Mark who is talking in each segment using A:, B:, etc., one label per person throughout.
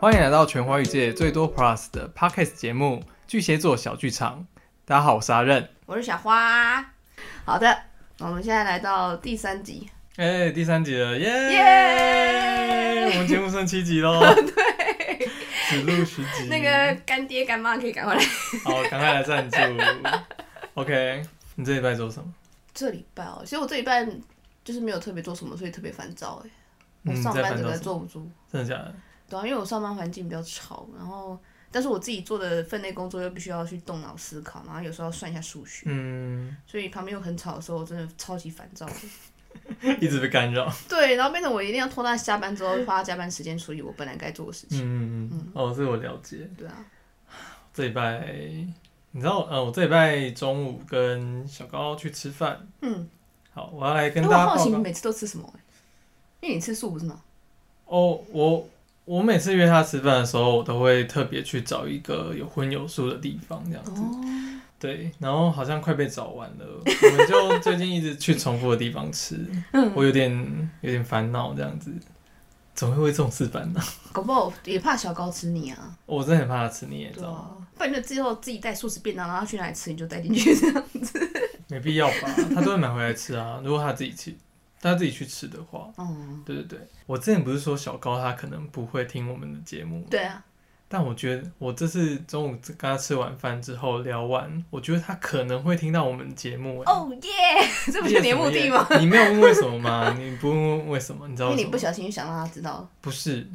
A: 欢迎来到全华语界最多 Plus 的 Podcast 节目《巨蟹座小剧场》。大家好，我是阿任。
B: 我是小花。好的，我们现在来到第三集，
A: 哎、第三集了，耶、
B: 耶
A: 我们节目剩七集喽，
B: 对，
A: 只录十集。
B: 那个
A: 嗯
B: 干爹干妈可以赶快来。
A: 好，赶快来赞助。OK，你这礼拜做什么？
B: 这礼拜哦，其实我这礼拜就是没有特别做什么，所以特别烦躁哎。我
A: 嗯
B: 上
A: 在
B: 班
A: 烦
B: 整
A: 躁
B: 个
A: 什么
B: 坐不住，
A: 真的假的？
B: 对啊，因为我上班环境比较吵，然后但是我自己做的分内工作又必须要去动脑思考，然后有时候要算一下数学，
A: 嗯，
B: 所以旁边又很吵的时候，我真的超级烦躁的。
A: 一直被干扰。
B: 对，然后变成我一定要拖到下班之后花加班时间处理我本来该做的事情。
A: 嗯嗯嗯，哦，这我了解。
B: 对啊，
A: 这礼拜，你知道，呃，我这礼拜中午跟小高去吃饭。
B: 嗯，
A: 好，我要来
B: 哎
A: 跟
B: 我
A: 大家
B: 好
A: 报
B: 奇
A: 告
B: 你。每次都吃什么、欸？因为你吃素不是吗？
A: 哦，我我每次约他吃饭的时候，我都会特别去找一个有荤有素的地方，这样子。
B: 哦，
A: 对，然后好像快被找完了，我们就最近一直去重复的地方吃，我有点有点烦恼，这样子，总会为这种事烦恼。
B: 搞不好也怕小高吃你啊。
A: 我真的很怕他吃腻，你知
B: 对
A: 道吗？
B: 啊，不然就之后自己带素食便当，然后去哪里吃你就带进去这样。
A: 没必要吧，他都会买回来吃啊。如果他自己吃，他自己去吃的话，
B: 哦，
A: 对对对。我之前不是说小高他可能不会听我们的节目吗，
B: 对啊，
A: 但我觉得我这次中午跟他吃完饭之后聊完，我觉得他可能会听到我们节目、欸。
B: 哦耶， 这不是你的目的吗？
A: 耶？你没有问为什么吗？你不问为什么？你知
B: 因
A: 道为
B: 为
A: 什
B: 你
A: 么
B: 不小心想让他知道
A: 不是，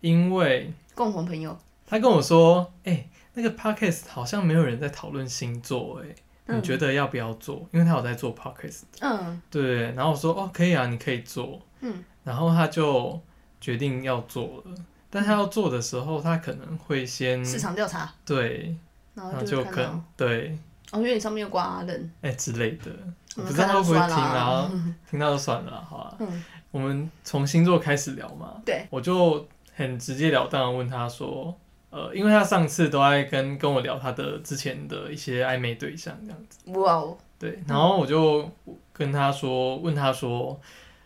A: 因为
B: 共同朋友，
A: 他跟我说，哎、那个 podcast 好像没有人在讨论星座、欸，哎，你
B: 嗯
A: 觉得要不要做？因为他有在做 podcast，
B: 嗯
A: 对。然后我说，哦，可以啊，你可以做。
B: 嗯，
A: 然后他就决定要做了，但他要做的时候，他可能会先
B: 市场调查，
A: 对，
B: 然
A: 然后
B: 后
A: 就
B: 就
A: 可
B: 看到
A: 能，对，
B: 哦，因为你上面有挂人，
A: 哎、之类的。我
B: 嗯
A: 不知道他
B: 看
A: 会不
B: 到就
A: 会
B: 算
A: 听
B: 了
A: 啊
B: 啊，
A: 听到就算了啦，好啊。
B: 嗯，
A: 我们从星座开始聊嘛。
B: 对，
A: 我就很直截了当的问他说，呃，因为他上次都在跟跟我聊他的之前的一些暧昧对象这样子，
B: 哇哦，
A: 对，然后我就跟他说，问他说，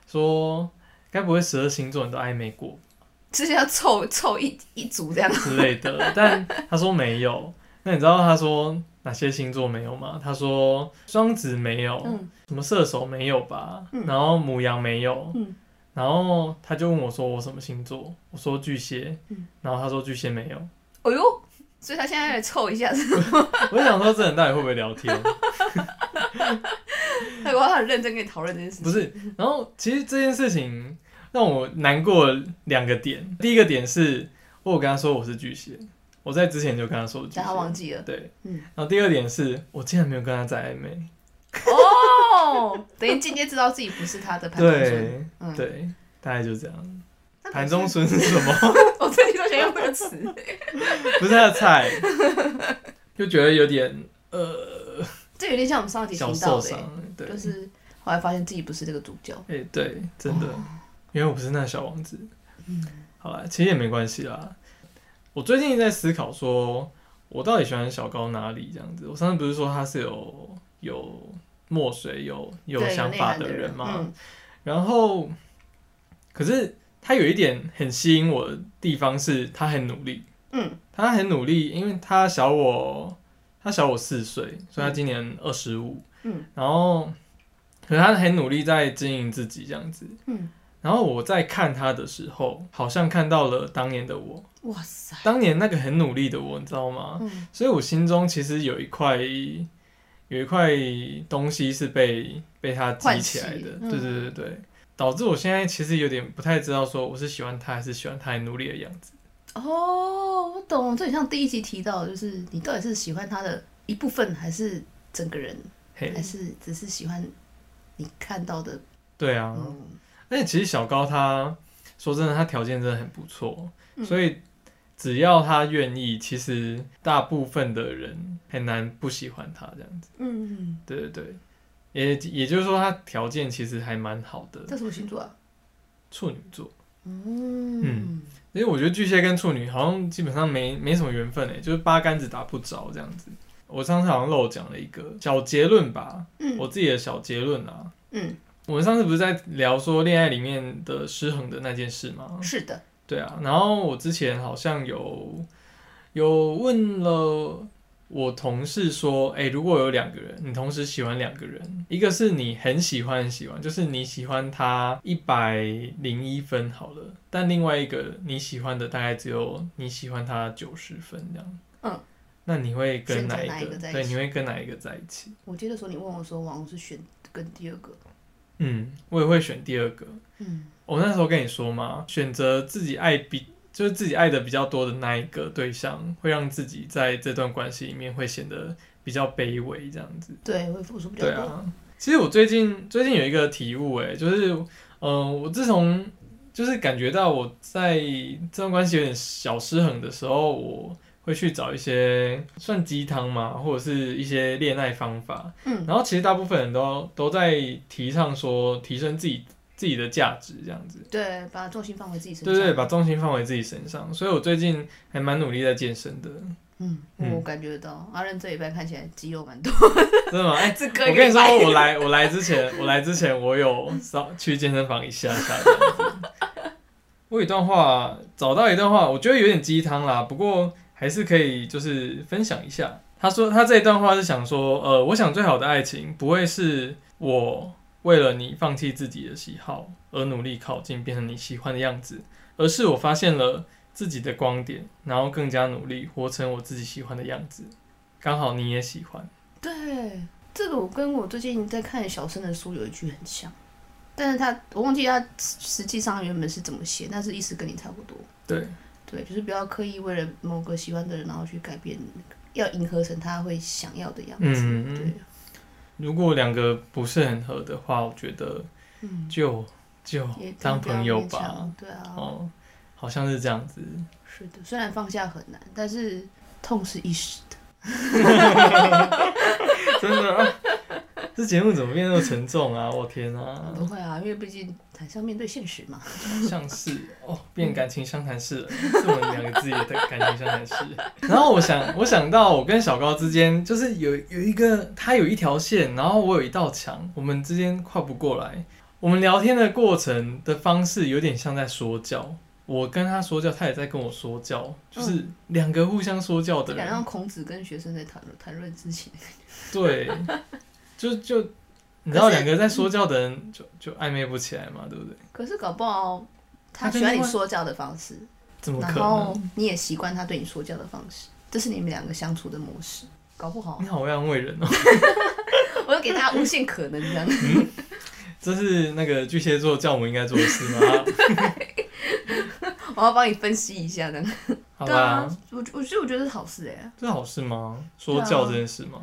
A: 说该不会十二星座你都暧昧过
B: 之前要凑凑一一组这样，
A: 之类的？ 但他说没有。那你知道他说哪些星座没有吗？他说双子没有，
B: 嗯
A: 什么射手没有吧，
B: 嗯
A: 然后母羊没有，
B: 嗯
A: 然后他就问我说我什么星座，我说巨蟹，
B: 嗯
A: 然后他说巨蟹没有，
B: 哎呦，所以他现在来凑一下，
A: 我想说，这人到底会不会聊天？
B: 他哎我很认真跟你讨论这件事情，
A: 不是，然后其实这件事情让我难过两个点。第一个点是，我有跟他说我是巨蟹，我在之前就跟他说我是巨
B: 但他忘
A: 蟹。
B: 记了。
A: 对，
B: 嗯
A: 然后第二点是我竟然没有跟他在暧昧。
B: 哦，等于间接知道自己不是他的盘中孙。
A: 对，
B: 嗯，
A: 对，大概就这样。
B: 那
A: 盘中孙是什么？
B: 我自己都想用这个词。
A: 不是他的菜，就觉得有点
B: 这有点像我们上一集
A: 小
B: 提
A: 受
B: 到的、欸，
A: 伤。对，
B: 就是后来发现自己不是这个主角。
A: 哎、对，真的，
B: 哦
A: 因为我不是那个小王子。
B: 嗯
A: 好啦，其实也没关系啦。我最近在思考说，我到底喜欢小高哪里？这样子，我上次不是说他是有有墨水、有有
B: 对
A: 想
B: 内
A: 法
B: 涵的
A: 人吗？
B: 嗯
A: 然后，可是他有一点很吸引我的地方是，他很努力。
B: 嗯，
A: 他很努力，因为他小我，他小我四岁，所以他今年二十五。
B: 嗯，
A: 然后，可是他很努力在经营自己这样子。
B: 嗯，
A: 然后我在看他的时候，好像看到了当年的我，
B: 哇塞，
A: 当年那个很努力的我，你知道吗？
B: 嗯
A: 所以我心中其实有一块有一块东西是被被他激起来的，
B: 唤起嗯
A: 对对对对，导致我现在其实有点不太知道说我是喜欢他还是喜欢他很努力的样子。
B: 哦，我懂了，这很像第一集提到的，就是你到底是喜欢他的一部分，还是整个人，
A: 嘿
B: 还，是只是喜欢你看到的？
A: 对啊，
B: 嗯，
A: 而且其实小高他说真的，他条件真的很不错，
B: 嗯
A: 所以只要他愿意，其实大部分的人很难不喜欢他这样子。
B: 嗯，
A: 对对对，也也就是说他条件其实还蛮好的，
B: 这什么星座啊？
A: 处女座。
B: 嗯，
A: 因为我觉得巨蟹跟处女好像基本上没没什么缘分诶，欸就是八竿子打不着这样子。我上次好像漏讲了一个小结论吧，
B: 嗯
A: 我自己的小结论啊，
B: 嗯
A: 我们上次不是在聊说恋爱里面的失衡的那件事吗？
B: 是的，
A: 对啊，然后我之前好像有有问了我同事说，哎、如果有两个人，你同时喜欢两个人，一个是你很喜欢很喜欢，就是你喜欢他一百零一分好了，但另外一个你喜欢的大概只有你喜欢他九十分这样。
B: 嗯。
A: 那你会跟
B: 选择
A: 哪一
B: 哪一个在一
A: 对，
B: 起
A: 你会跟哪一个在一起？
B: 我记得说你问我说，王我是选跟第二个，
A: 嗯，我也会选第二个。
B: 嗯，
A: 我那时候跟你说嘛，选择自己爱比就是自己爱的比较多的那一个对象，会让自己在这段关系里面会显得比较卑微，这样子。
B: 对，会付出比较
A: 对
B: 多，
A: 啊，其实我最近最近有一个体悟，诶，就是嗯、呃我自从就是感觉到我在这段关系有点小失衡的时候，我会去找一些算鸡汤嘛，或者是一些恋爱方法，
B: 嗯，
A: 然后其实大部分人都都在提倡说提升自己自己的价值这样子。
B: 对，把重心放回自己身上，
A: 对对，把重心放回自己身上。所以我最近还蛮努力在健身的，
B: 嗯，我
A: 嗯
B: 感觉得到，阿任这礼拜看起来肌肉蛮多，
A: 真的吗？哎、
B: 这个
A: 我跟你
B: 礼拜
A: 说，我来我来之前，我来之前我有稍去健身房一下下这样子。我有一段话找到一段话，我觉得有点鸡汤啦，不过还是可以就是分享一下。他说他这一段话是想说，呃，我想最好的爱情不会是我为了你放弃自己的喜好而努力靠近变成你喜欢的样子，而是我发现了自己的光点，然后更加努力活成我自己喜欢的样子。刚好你也喜欢，
B: 对，这个我跟我最近在看小生的书有一句很像，但是他我忘记他实际上原本是怎么写，但是意思跟你差不多。
A: 对。
B: 对，就是不要刻意为了某个喜欢的人，然后去改变那个，要迎合成他会想要的样子。
A: 嗯嗯嗯
B: 对，
A: 如果两个不是很合的话，我觉得
B: 嗯，
A: 就就
B: 也
A: 当
B: 不要
A: 朋友
B: 勉
A: 吧
B: 强。。对啊，
A: 哦，好像是这样子。
B: 是的，虽然放下很难，但是痛是一时的。
A: 真的、啊， 这节目怎么变那么沉重啊？我天啊，
B: 不会啊，因为毕竟还是要面对现实嘛。
A: 像是哦，变感情相谈室了，是我们两个自己的感情相谈室。 然后我想，我想到我跟小高之间，就是有有一个他有一条线，然后我有一道墙，我们之间跨不过来。我们聊天的过程的方式有点像在说教，我跟他说教，他也在跟我说教，就是两个互相说教
B: 嗯这
A: 的
B: 感
A: 人
B: 觉。像孔子跟学生在谈论谈论之前，
A: 对，就就你知道
B: 可是
A: 两个在说教的人就就暧昧不起来嘛，对不对？
B: 可是搞不好他
A: 他跟
B: 喜欢
A: 另
B: 你
A: 外
B: 说教的方式，
A: 怎么
B: 然
A: 可
B: 后
A: 能？
B: 你也习惯他对你说教的方式，这是你们两个相处的模式。搞不好
A: 你好会安慰人哦。
B: 我要给他无限可能这样。
A: 这是那个巨蟹座教母应该做的事 吗？
B: 我要帮你分析一下的。
A: 好
B: 对
A: 吧
B: 啊，，我我其实我觉得是好事哎、
A: 这是好事吗？说教这件事吗？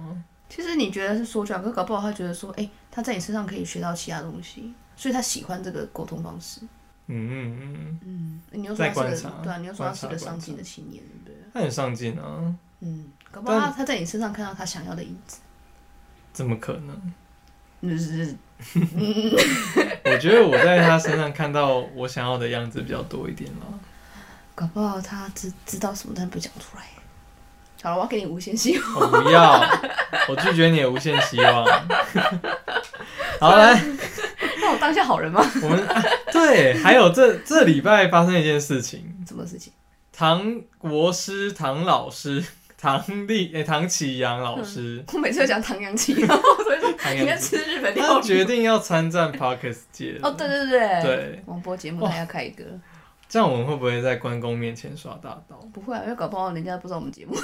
B: 其实你觉得是说教，可搞不好他觉得说，哎、他在你身上可以学到其他东西，所以他喜欢这个沟通方式。
A: 嗯嗯嗯，
B: 嗯，你又说
A: 在
B: 他
A: 观
B: 是
A: 察
B: 个对啊，你又说他
A: 观察
B: 是个上
A: 观察
B: 进的青年，对不对？
A: 他很上进啊，
B: 嗯，搞不好他
A: 但
B: 他在你身上看到他想要的影子。
A: 怎么可能？
B: 嗯是
A: 我觉得我在他身上看到我想要的样子比较多一点啦。
B: 搞不好他知知道什么，但不讲出来。好了，我要给你无限希望。
A: 我不要， 我拒绝你的无限希望。好，来，
B: 那我当下好人吗？
A: 我们、啊、对，还有这这礼拜发生一件事情，
B: 什么事情？
A: 唐国师、唐老师、唐立、诶唐启阳老师。
B: 我每次都讲唐扬 鸡，然后我都会说
A: 唐扬鸡
B: 你在吃日本料
A: 他
B: 理。
A: 决定要参战 Parkes 界了
B: 哦，对对对，
A: 对，
B: 广播节目他要开一个，
A: 这样我们会不会在关公面前耍大刀？
B: 不会啊，因为搞不好人家不知道我们 节目，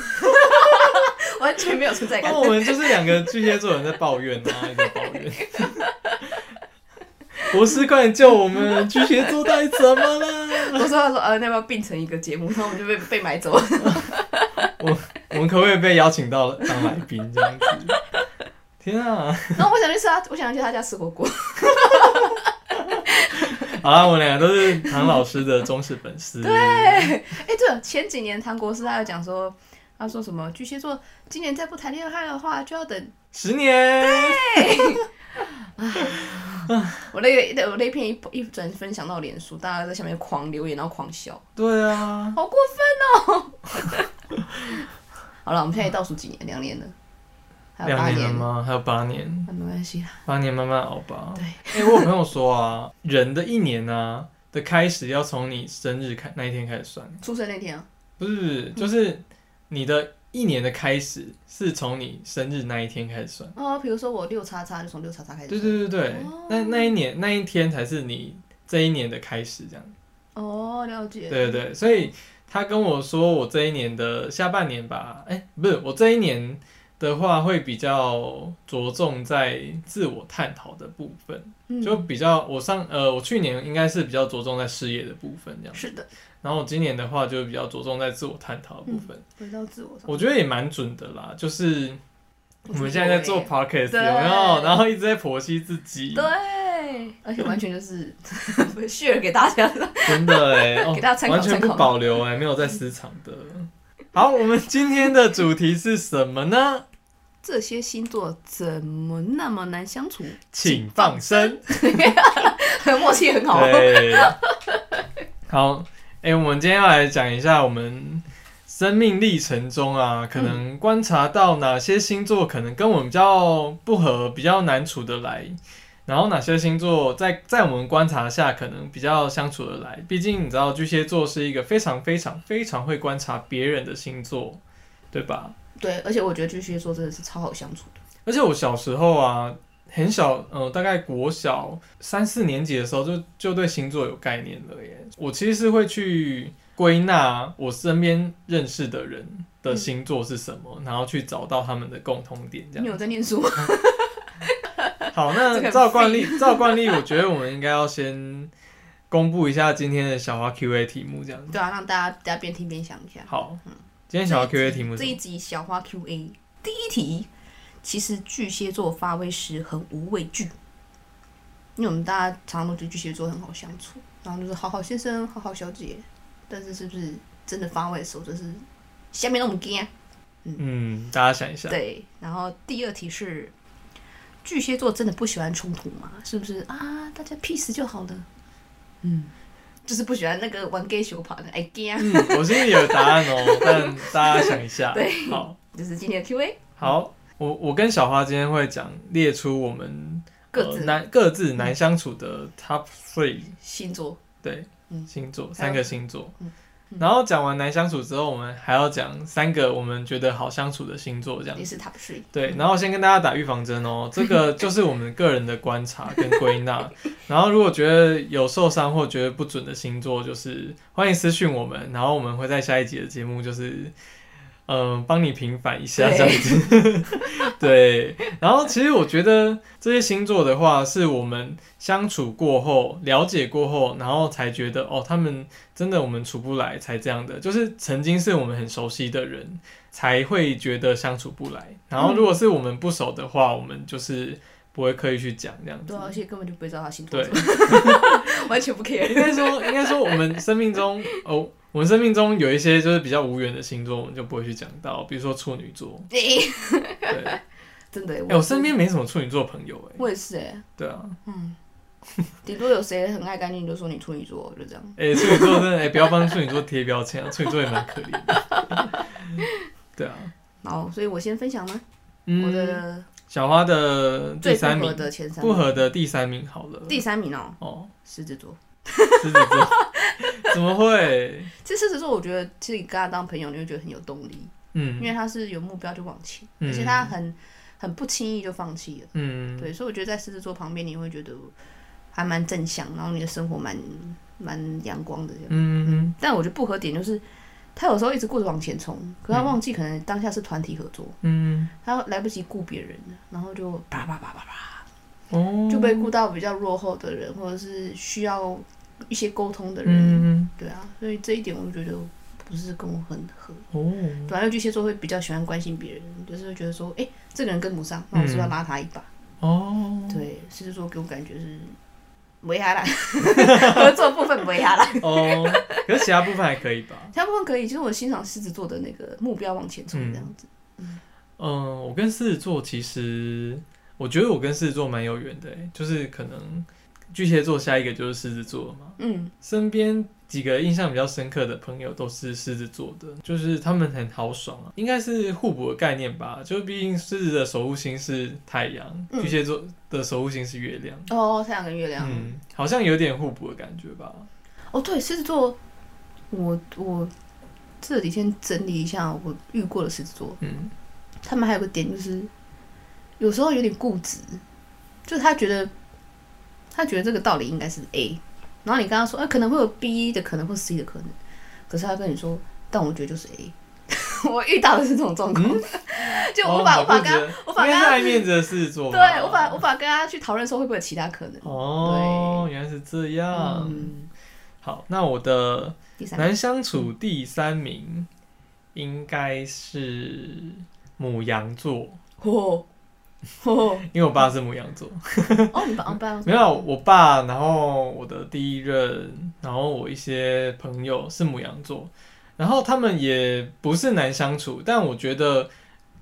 B: 完全没有存在感
A: 哦那。我们就是两个巨蟹座人在抱怨啊，一直抱 怨。博士，快点救我们！巨蟹座到底怎么了？
B: 我说他说呃，那要不要并成一个节目？然后我们就被被 买走了。
A: 我们可不可以被邀请到当来宾这样子？天啊！
B: 然后我想去吃他，我想去他家吃火锅。
A: 好啦，我们两个都是唐老师的忠实粉丝。
B: 对，哎，对，前几年唐国师他有讲说，他说什么巨蟹座今年再不谈恋爱的话，就要等
A: 十年，
B: 我那个我那篇一一转分享到脸书，大家在下面狂留言，然后狂笑，
A: 对啊，
B: 好 过分哦！好了，我们现在倒数几年，两年了，还有
A: 两
B: 八
A: 年了
B: 年，
A: 吗？还有八年，
B: 那没关系啦。
A: 八年慢慢熬吧。
B: 对，
A: 哎、我有朋友说啊，人的一年啊的开始要从你生日开那一天开始算，
B: 出生那天啊，
A: 不是，就是你的一年的开始是从你生日那一天开始算。
B: 哦，比如说我六叉叉就从六叉叉开始。
A: 对哦对对对，那那一年那一天才是你这一年的开始，这样。
B: 哦，了解。
A: 对对对，所以他跟我说，我这一年的下半年吧，哎、不是，我这一年的话会比较着重在自我探讨的部分，
B: 嗯
A: 就比较我上呃，我去年应该是比较着重在事业的部分这样，
B: 是的，
A: 然后我今年的话就比较着重在自我探讨的部分，
B: 回到自我上。
A: 我觉得也蛮准的啦，就是我们现在在做
B: 我觉
A: podcast
B: 对
A: 有没有？然后一直在剖析自己，
B: 得我也对，而且完全就是 share 给大家 的。
A: 真的哎、 哦
B: 给大家参考
A: 完全不
B: 参考
A: 保留哎、没有在私藏的。好，我们今天的主题是什么呢？
B: 这些星座怎么那么难相处？
A: 请放生。
B: 默契很好。啊
A: 对， 好，哎、我们今天要来讲一下我们生命历程中啊，可能观察到哪些星座可能跟我们比较不合，比较难处得来。然后哪些星座在在我们观察下可能比较相处得来？毕竟你知道巨蟹座是一个非常非常非常会观察别人的星座，对吧？
B: 对，而且我觉得巨蟹座真的是超好相处的。
A: 而且我小时候啊，很小，呃，大概国小三四年级的时候就就对星座有概念了耶。我其实是会去归纳我身边认识的人的星座是什
B: 嗯
A: 么，然后去找到他们的共通点，这
B: 你
A: 样。
B: 有在念书吗？
A: 好，
B: 这个
A: 那
B: 很
A: 照惯 例，照惯例，我觉得我们应该要先公布一下今天的小花 Q&A 题目，这样子。
B: 对啊，让大家大家边听边想一下。
A: 好，今天小花 Q&A 题目是
B: 这
A: 什
B: 一
A: 么
B: 集小花 Q&A 第一题，其实巨蟹座发威时很无畏惧，因为我们大家常常都觉得巨蟹座很好相处，然后就是好好先生、好好小姐，但是是不是真的发威的时候，就是下面那么干？
A: 嗯，大家想一下。
B: 对，然后第二题是巨蟹座真的不喜欢冲突吗？是不是啊？大家 peace 就好了。嗯，就是不喜欢那个玩 gay 球盘的，哎 gay 啊，
A: 嗯，我心里有答案哦，但大家想一下。
B: 对
A: 好。
B: 就是今天的 Q&A
A: 好，我我跟小花今天会讲列出我们
B: 各自嗯
A: 呃难各自难相处的 top three
B: 星座。
A: 对、
B: 嗯
A: 星座
B: 还有
A: 三个星座
B: 嗯，
A: 然后讲完难相处之后，我们还要讲三个我们觉得好相处的星座这样
B: 你。是 Top Three，
A: 对，然后先跟大家打预防针哦，这个就是我们个人的观察跟归纳。然后如果觉得有受伤或觉得不准的星座，就是欢迎私讯我们，然后我们会在下一集的节目就是，嗯，帮你平反一下
B: 对
A: 这样子。 对，然后其实我觉得这些星座的话，是我们相处过后、了解过后，然后才觉得哦，他们真的我们处不来才这样的，就是曾经是我们很熟悉的人，才会觉得相处不来。然后如果是我们不熟的话，我们就是不会刻意去讲这样子
B: 对啊，。而且根本就不会知道他星座
A: 对
B: 是，什么，完 全不 care。
A: 应该说，应该说我们生命中哦，我们生命中有一些就是比较无缘的星座，我们就不会去讲到，比如说处女座。
B: 哎
A: 对，哎、
B: 真的，
A: 我身边没什么处女座朋友哎、
B: 我也是哎，
A: 对啊，
B: 嗯， 顶多有谁很爱干净，你就说你处女座，就这样。
A: 哎、处女座真的哎、不要帮处女座贴标签啊，处女座也蛮可怜的。 对啊，
B: 好，所以我先分享吗？我
A: 嗯，
B: 的
A: 小花的第
B: 最
A: 三
B: 不合
A: 名，
B: 的前三
A: 不
B: 名，
A: 合的第三名好了。
B: 第三名哦，
A: 哦，
B: 狮子座。
A: 狮子座怎么会？
B: 其实狮子座，我觉得其实你跟他当朋友，你会觉得很有动力，因
A: 嗯
B: 为他是有目标就往前，
A: 嗯
B: 而且他很很不轻易就放弃了。
A: 嗯，
B: 对，所以我觉得在狮子座旁边，你会觉得还蛮正向，然后你的生活蛮蛮阳光的这样。
A: 嗯，
B: 但我觉得不合点就是，他有时候一直顾着往前冲，可他忘记可能当下是团体合作，
A: 嗯，
B: 他来不及顾别人了，然后就叭叭叭叭叭，
A: 哦，
B: 就被顾到比较落后的人，或者是需要一些沟通的人。
A: 嗯，
B: 对啊，所以这一点我觉得不是跟我很合。
A: 哦，
B: 本啊来巨蟹座会比较喜欢关心别人，就是会觉得说，哎、这个人跟不上，那我是不是要拉他一把？
A: 哦，
B: 对，狮子座给我感觉是维哈啦， 合作部分维哈啦，
A: 哦，可是其他部分还可以吧？
B: 其他部分可以。其实我欣赏狮子座的那个目标往前冲这样子。
A: 嗯，我跟狮子座其实，我觉得我跟狮子座蛮有缘的欸，就是可能巨蟹座下一个就是狮子座嘛，
B: 嗯
A: 身边几个印象比较深刻的朋友都是狮子座的，就是他们很豪爽啊，应该是互补的概念吧。就毕竟狮子的守护星是太阳，
B: 嗯
A: 巨蟹座的守护星是月亮，
B: 哦，太阳跟月亮，
A: 嗯，好像有点互补的感觉吧。
B: 哦，对，狮子座，我我这里先整理一下我遇过的狮子座，
A: 嗯，
B: 他们还有个点就是，有时候有点固执，就是他觉得他觉得这个道理应该是 A，然后你跟他说，哎、可能会有 B 的，可能会 C 的可能，可是他跟你说，但我觉得就是 A。我 遇到的是这种状况， 就无法、
A: 嗯哦
B: 无法
A: 好固
B: 跟
A: 执
B: 他，无法
A: 因
B: 跟
A: 为是
B: 他
A: 爱面子的狮子座嘛，
B: 对无法无法跟他去讨论说会不会有其他可能。
A: 哦，原来是这样。
B: 嗯，
A: 好，那我的
B: 第三个
A: 难相处第三名应该是母羊座，
B: 哦哦
A: 因为我爸是母羊座。
B: 哦，你把哦不然我
A: 没有，我爸，然后我的第一任，然后我一些朋友是母羊座，然后他们也不是难相处，但我觉得，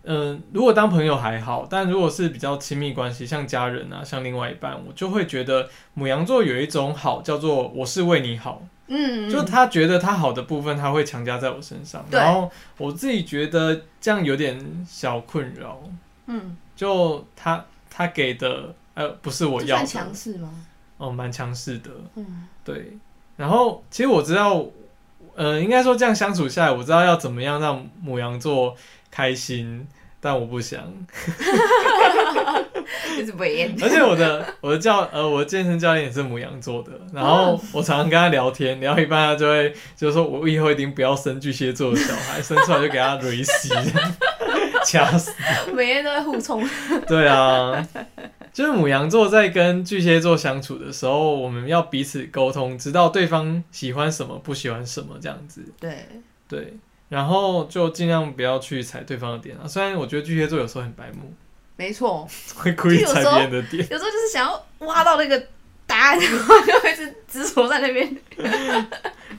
A: 嗯、如果当朋友还好，但如果是比较亲密关系，像家人啊，像另外一半，我就会觉得母羊座有一种好叫做我是为你好，
B: 嗯，
A: 就他觉得他好的部分，他会强加在我身上，
B: 对
A: 然后我自己觉得这样有点小困扰，
B: 嗯，
A: 就他他给的。呃，不是我
B: 这
A: 要
B: 算
A: 的，
B: 强势吗？
A: 哦，蛮强势的，
B: 嗯
A: 对。然后其实我知道，呃，应该说这样相处下来，我知道要怎么样让母羊座开心，但我不想。
B: 就是不 言。
A: 而且我的我的教呃我的健身教练也是母羊座的，然后我常常跟他聊天，聊一半他就会就说，我以后一定不要生巨蟹座的小孩，生出来就给他雷死， 掐死。
B: 每天都在互冲。
A: 对啊，就是母羊座在跟巨蟹座相处的时候，我们要彼此沟通，知道对方喜欢什么，不喜欢什么这样子。
B: 对，
A: 对，然后就尽量不要去踩对方的点啊。虽然我觉得巨蟹座有时候很白目，
B: 没错，
A: 会故意踩别人的点。
B: 有时候就是想要挖到那个答案，然后就会是执着在那边。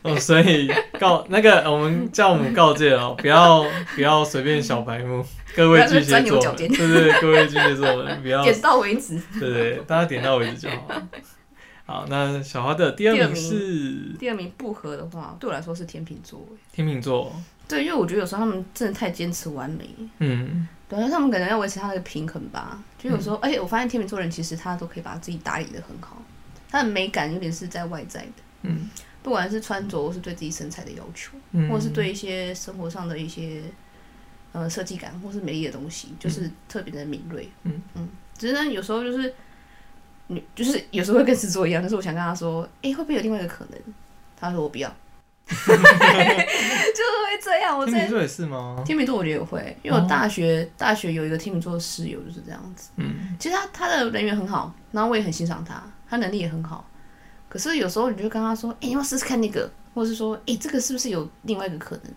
A: 哦，所以告 那个呃我们教母告诫了哦，不要不要随便小白目，各位巨蟹
B: 不
A: 座
B: 要钻牛角
A: 们，对
B: 尖
A: 对，对各位巨蟹座 们，不要
B: 点到为止。
A: 对对，大家点到为止就好了。好，那小花的第二
B: 第二
A: 名
B: 名
A: 是。
B: 第二名不合的话，对我来说是天秤座。
A: 天秤座，
B: 对，因为我觉得有时候他们真的太坚持完美，
A: 嗯，
B: 对，他们可能要维持他那个平衡吧。就有时候，而哎且我发现天秤座人其实他都可以把自己打理的很好，他的美感有点是在外在的，
A: 嗯，
B: 不管是穿着或是对自己身材的要求。
A: 嗯
B: 或是对一些生活上的一些呃设计感，或是美丽的东西，就是特别的敏锐。
A: 嗯
B: 嗯，只是呢，有时候就是你就是有时候会跟制作一样，就是我想跟他说，哎、会不会有另外一个可能？他说我不要， 就是会这样。我
A: 天秤
B: 在
A: 座也是 吗？
B: 天秤座我觉得也会，因为
A: 哦
B: 我大学、大学有一个天秤座的室友就是这样子。
A: 嗯，
B: 其实他他的人缘很好，然后我也很欣赏他，他能力也很好。可是有时候你就跟他说：“哎、你要不要试试看那个？”或者是说：“哎、这个是不是有另外一个可能？”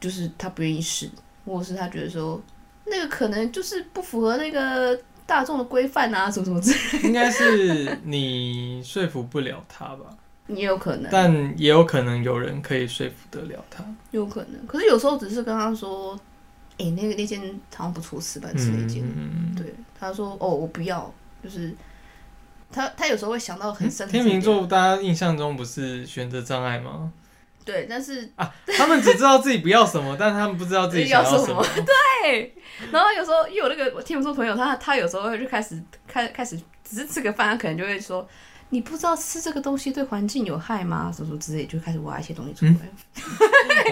B: 就是他不愿意试，或者是他觉得说那个可能就是不符合那个大众的规范啊，什么什么之类
A: 应该是你说服不了他吧，
B: 的，也有可能，
A: 但也有可能有人可以说服得了他。
B: 有可能。可是有时候只是跟他说：“哎、那个那间好像不错，吃吧，吃那间。
A: 嗯，
B: 对，他说：“哦，我不要。”就是他他有时候会想到很深
A: 嗯
B: 的、
A: 天秤座，大家印象中不是选择障碍吗？
B: 对，但是
A: 他们只知道自己不要什 么，但他们不知道自己想要什
B: 要什对， 然后有时候因为我那个天秤座朋友，他他有时候就开始开开始只是吃个饭，他可能就会说。你不知道吃这个东西对环境有害吗？什么什么之类，就开始挖一些东西出来。
A: 嗯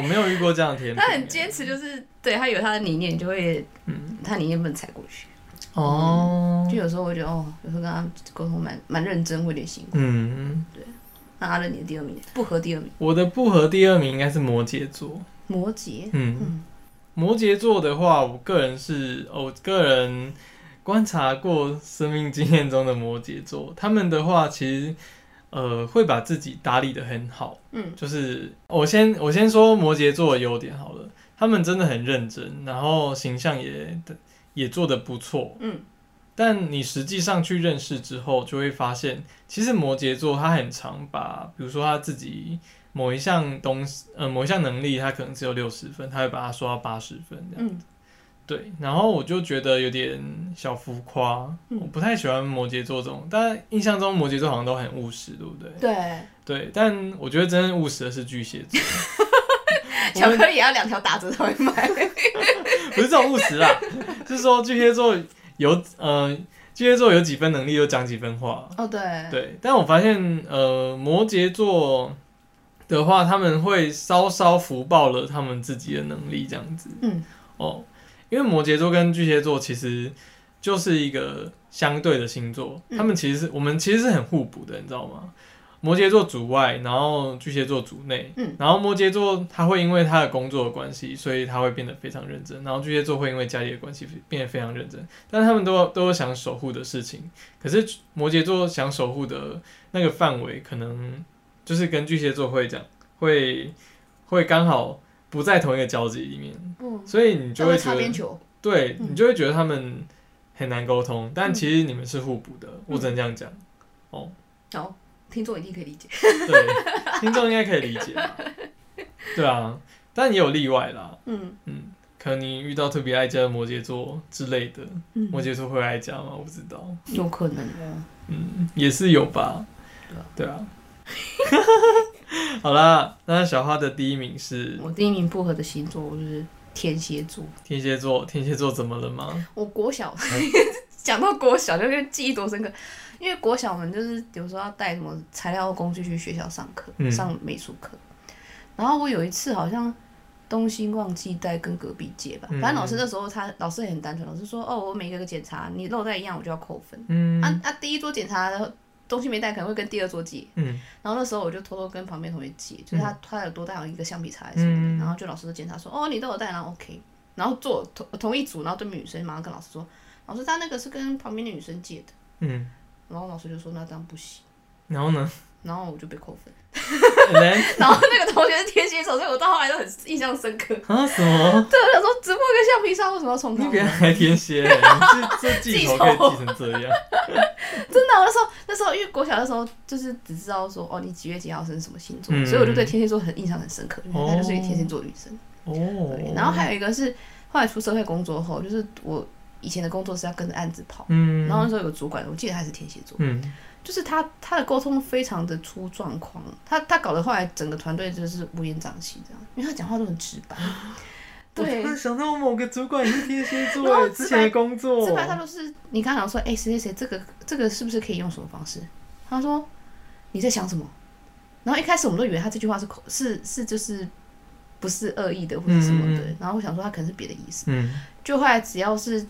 A: 我没有遇过这样的天秤。
B: 他很坚持，就是对他有他的理念，就会
A: 嗯，
B: 他理念不能踩过去。
A: 哦，
B: 就有时候我觉得哦，有时候跟他沟通蛮蛮认真，会有点辛苦。
A: 嗯，
B: 那阿乐你的第二名不合第二名，
A: 我的不合第二名应该是摩羯座。
B: 摩羯，
A: 嗯，
B: 嗯
A: 摩羯座的话，我个人是，哦我个人观察过生命经验中的摩羯座，他们的话其实，呃，会把自己打理得很好。
B: 嗯
A: 就是我先我先说摩羯座的优点好了，他们真的很认真，然后形象也也做得不错。
B: 嗯，
A: 但你实际上去认识之后，就会发现，其实摩羯座他很常把，比如说他自己某一项东西，呃，某一项能力，他可能只有六十分，他会把它说到八十分这样。
B: 嗯
A: 对，然后我就觉得有点小浮夸，
B: 嗯
A: 我不太喜欢摩羯座这种。但印象中摩羯座好像都很务实，对不对？
B: 对，
A: 对，但我觉得真正务实的是巨蟹座，我
B: 巧
A: 们
B: 克力也要两条打折才会买。
A: 不是这种务实啦， 就是说巨蟹座有呃，巨蟹座有几分能力就讲几分话。
B: 哦，对，
A: 对，但我发现呃，摩羯座的话，他们会稍稍福报了他们自己的能力，这样子。
B: 嗯，
A: 哦，因为摩羯座跟巨蟹座其实就是一个相对的星座，
B: 嗯
A: 他们其实是我们其实是很互补的，你知道吗？摩羯座主外，然后巨蟹座主内，
B: 嗯
A: 然后摩羯座他会因为他的工作的关系，所以他会变得非常认真，然后巨蟹座会因为家里的关系变得非常认真，但他们都有都有想守护的事情，可是摩羯座想守护的那个范围，可能就是跟巨蟹座会讲会会刚好不在同一个交集里面，
B: 不，
A: 所以你就
B: 这
A: 会
B: 会
A: 觉
B: 嗯擦边
A: 得，
B: 球。
A: 对
B: 嗯
A: 你就会觉得他们很难沟通，但其实你们是互补的，
B: 嗯
A: 我只能这样讲。
B: 好，哦听众一定可以理解。
A: 对， 听众应该可以理解 吧？对啊，但也有例外啦，
B: 嗯
A: 嗯，可能你遇到特别爱家的摩羯座之类的，
B: 嗯
A: 摩羯座会爱家吗？我不知道，
B: 有可能哦。
A: 嗯，也是有吧对
B: 对啊，
A: 啊。 好啦，那小花的第一名是
B: 我第一名不合的星座我就是天蝎座。嗯
A: 天蝎座，天蝎座怎么了吗？
B: 我国小 讲到国小，就跟记忆多深刻，因为国小我们就是有时候要带什么材料工具去学校上课，
A: 嗯
B: 上美术课。然后我有一次好像东西忘记带跟隔壁借吧，
A: 嗯
B: 反正老师那时候他老师也很单纯，老师说哦，我每个检查你漏带一样我就要扣分。
A: 嗯
B: 啊啊，第一桌检查的东西没带，可能会跟第二桌借。
A: 嗯
B: 然后那时候我就偷偷跟旁边同学借，就是他、他有多带好像一个橡皮擦还是什么的，
A: 嗯
B: 然后就老师就检查说，哦，你都有带，然后 OK，然后做同同一组，然后对面女生马上跟老师说，老师他那个是跟旁边的女生借的，
A: 嗯，
B: 然后老师就说那这样不行，
A: 然后呢
B: 然后我就被扣分，
A: ？And then
B: 然后那个同学是天蝎座，所以我到后来都很印象深刻。
A: 啊什么？
B: 对，我想说，只不过一个橡皮擦为什么要重
A: 你
B: 考呢？
A: 比他还天蝎、欸，这这记仇可以记成这样。
B: 真的，啊我那时候那时候因为国小的时候就是只知道说哦你几月几号生什么星座，
A: 嗯
B: 所以我就对天蝎座很印象很深刻，因为她就是一个天蝎座女生。
A: 哦
B: 对，，然后还有一个是后来出社会工作后，就是我以前的工作是要跟着案子跑，
A: 嗯，
B: 然后那时候有个主管，我记得他是天蝎座，
A: 嗯
B: 就是他他的沟通非常的出状况，他他搞得后来整个团队就是乌烟瘴气这样，因为他讲话都很直白，对
A: 我突。然想到我某个主管也是天蝎座
B: 然后
A: 欸，
B: 直白
A: 之前的工作
B: 直，白他都是你刚想说，哎、谁谁谁，这个这个是不是可以用什么方式？他说你在想什么？然后一开始我们都以为他这句话是口是是就是不是恶意的或者什么的，
A: 嗯嗯嗯
B: 然后我想说他可能是别的意思。
A: 嗯，
B: 就后来只要是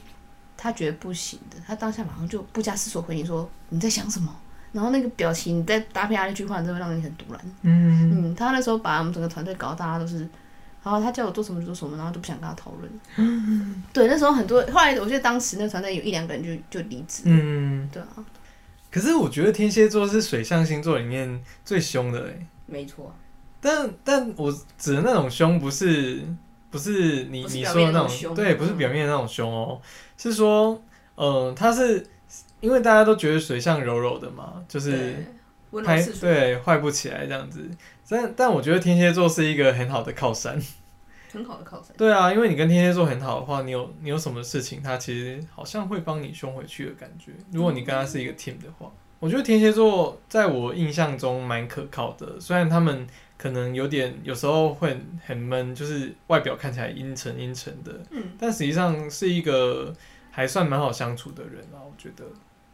B: 他觉得不行的，他当下马上就不加思索回你说你在想什么，然后那个表情再搭配他那句话，真的会让你很突然。
A: 嗯
B: 嗯，他那时候把我们整个团队搞得大家都是，然后他叫我做什么就做什么，然后都不想跟他讨论。
A: 嗯
B: 对，那时候很多，后来我记得当时那个团队有一两个人就就离职。
A: 嗯。
B: 对啊，
A: 可是我觉得天蝎座是水象星座里面最凶的哎，
B: 没错，
A: 但但我指的那种凶不是不是你
B: 不是
A: 你
B: 表
A: 说的
B: 面
A: 那
B: 那种
A: 种，
B: 凶
A: 对，不是
B: 嗯
A: 表面的那种凶哦，是说，嗯，他是因为大家都觉得水象柔柔的嘛，就是。
B: 温
A: 拍对坏不起来这样子。但但我觉得天蝎座是一个很好的靠山。
B: 很好的靠山。
A: 对啊，因为你跟天蝎座很好的话，你有你有什么事情，他其实好像会帮你凶回去的感觉。如果你跟他是一
B: 嗯
A: 个 team 的话，我觉得天蝎座在我印象中蛮可靠的，虽然他们可能有点有时候会很很闷，就是外表看起来阴沉阴沉的，
B: 嗯
A: 但实际上是一个还算蛮好相处的人啊，我觉得。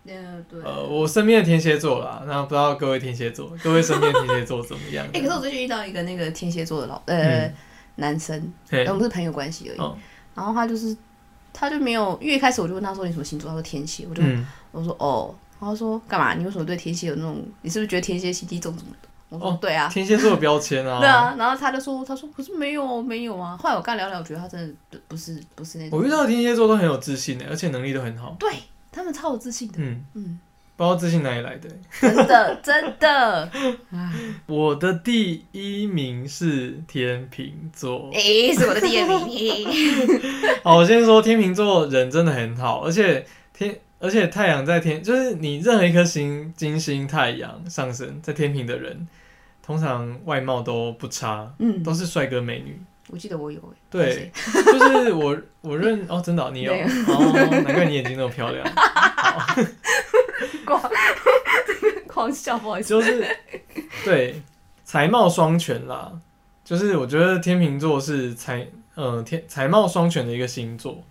B: 嗯，对
A: 呃，我身边的天蝎座啦，那不知道各位天蝎座，各位身边的天蝎座怎么样？
B: 哎、可是我最近遇到一个那个天蝎座的老呃、
A: 嗯
B: 男生，呃
A: 嘿
B: 我们是朋友关系而已。
A: 哦
B: 然后他就是他就没有，因为一开始我就问他说你什么星座，他说天蝎，我就、
A: 嗯，
B: 我说哦，然后他说干嘛？你为什么对天蝎有那种？你是不是觉得天蝎心机重什么的？我说、
A: 哦
B: 对啊。
A: 天蝎座的标签啊，
B: 对啊，然后他就说，他说可是没有没有啊。后来我跟他聊聊，我觉得他真的不是不是那种，
A: 我遇到的天蝎座都很有自信的，欸而且能力都很好，
B: 对他们超有自信的，
A: 嗯，
B: 嗯，
A: 不知道自信哪里来的。欸
B: 真的真 的。哎
A: 我的第一名是天秤座，
B: 诶、是我的第二 名。
A: 好，我先说天秤座人真的很好，而且天，而且太阳在天，就是你任何一颗星，金星、太阳上升在天平的人，通常外貌都不差，
B: 嗯，
A: 都是帅哥美女。
B: 我记得我有欸，
A: 对， 就是我我认哦，真的哦、你有
B: 对
A: 哦，难怪你眼睛那么漂 亮。
B: 狂笑，不好意思，
A: 就是对才貌双全啦，就是我觉得天秤座是才呃天才貌双全的一个星座，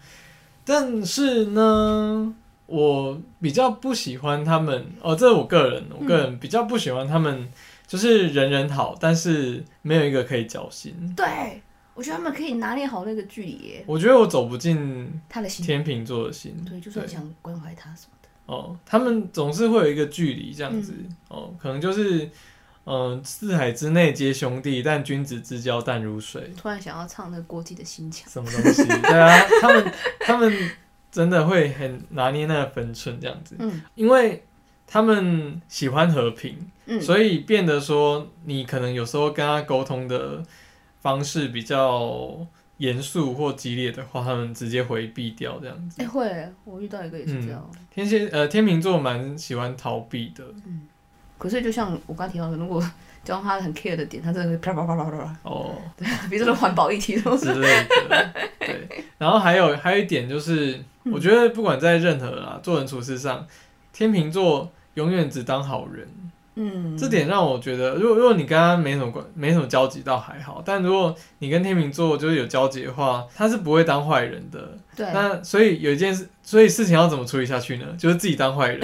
A: 但是呢，我比较不喜欢他们哦，这是我个人，我个
B: 嗯
A: 人比较不喜欢他们，就是人人好，但是没有一个可以交心。
B: 对我觉得他们可以拿捏好那个距离耶，
A: 我觉得我走不进
B: 他的心，
A: 天秤座的心，
B: 对，就是很想关怀他什么的，
A: 哦，他们总是会有一个距离这样子、
B: 嗯
A: 哦，可能就是嗯、呃四海之内皆兄弟，但君子之交淡如水，
B: 突然想要唱那个郭靖的心墙，
A: 什么东西？ 对啊，他们他们真的会很拿捏那个分寸这样子，
B: 嗯
A: 因为他们喜欢和平，
B: 嗯，
A: 所以变得说你可能有时候跟他沟通的方式比较严肃或激烈的话，他们直接回避掉这样子。
B: 哎、会耶，我遇到一个也是这样，
A: 天蝎呃天秤座蛮喜欢逃避的，
B: 可是就像我刚提到的，如果讲到他很 care 的点，他真的会啪啪啪啪啪啪
A: 哦，
B: 啪，比如说环保议题都
A: 之类的。 对，然后还有还有一点就是，
B: 嗯
A: 我觉得不管在任何啊做人处事上，天秤座永远只当好人，
B: 嗯，
A: 这点让我觉得，如果如果你跟他没什么关没什么交集，倒还好；但如果你跟天秤座就是有交集的话，他是不会当坏人的。
B: 对，
A: 那所以有一件事，所以事情要怎么处理下去呢？就是自己当坏人。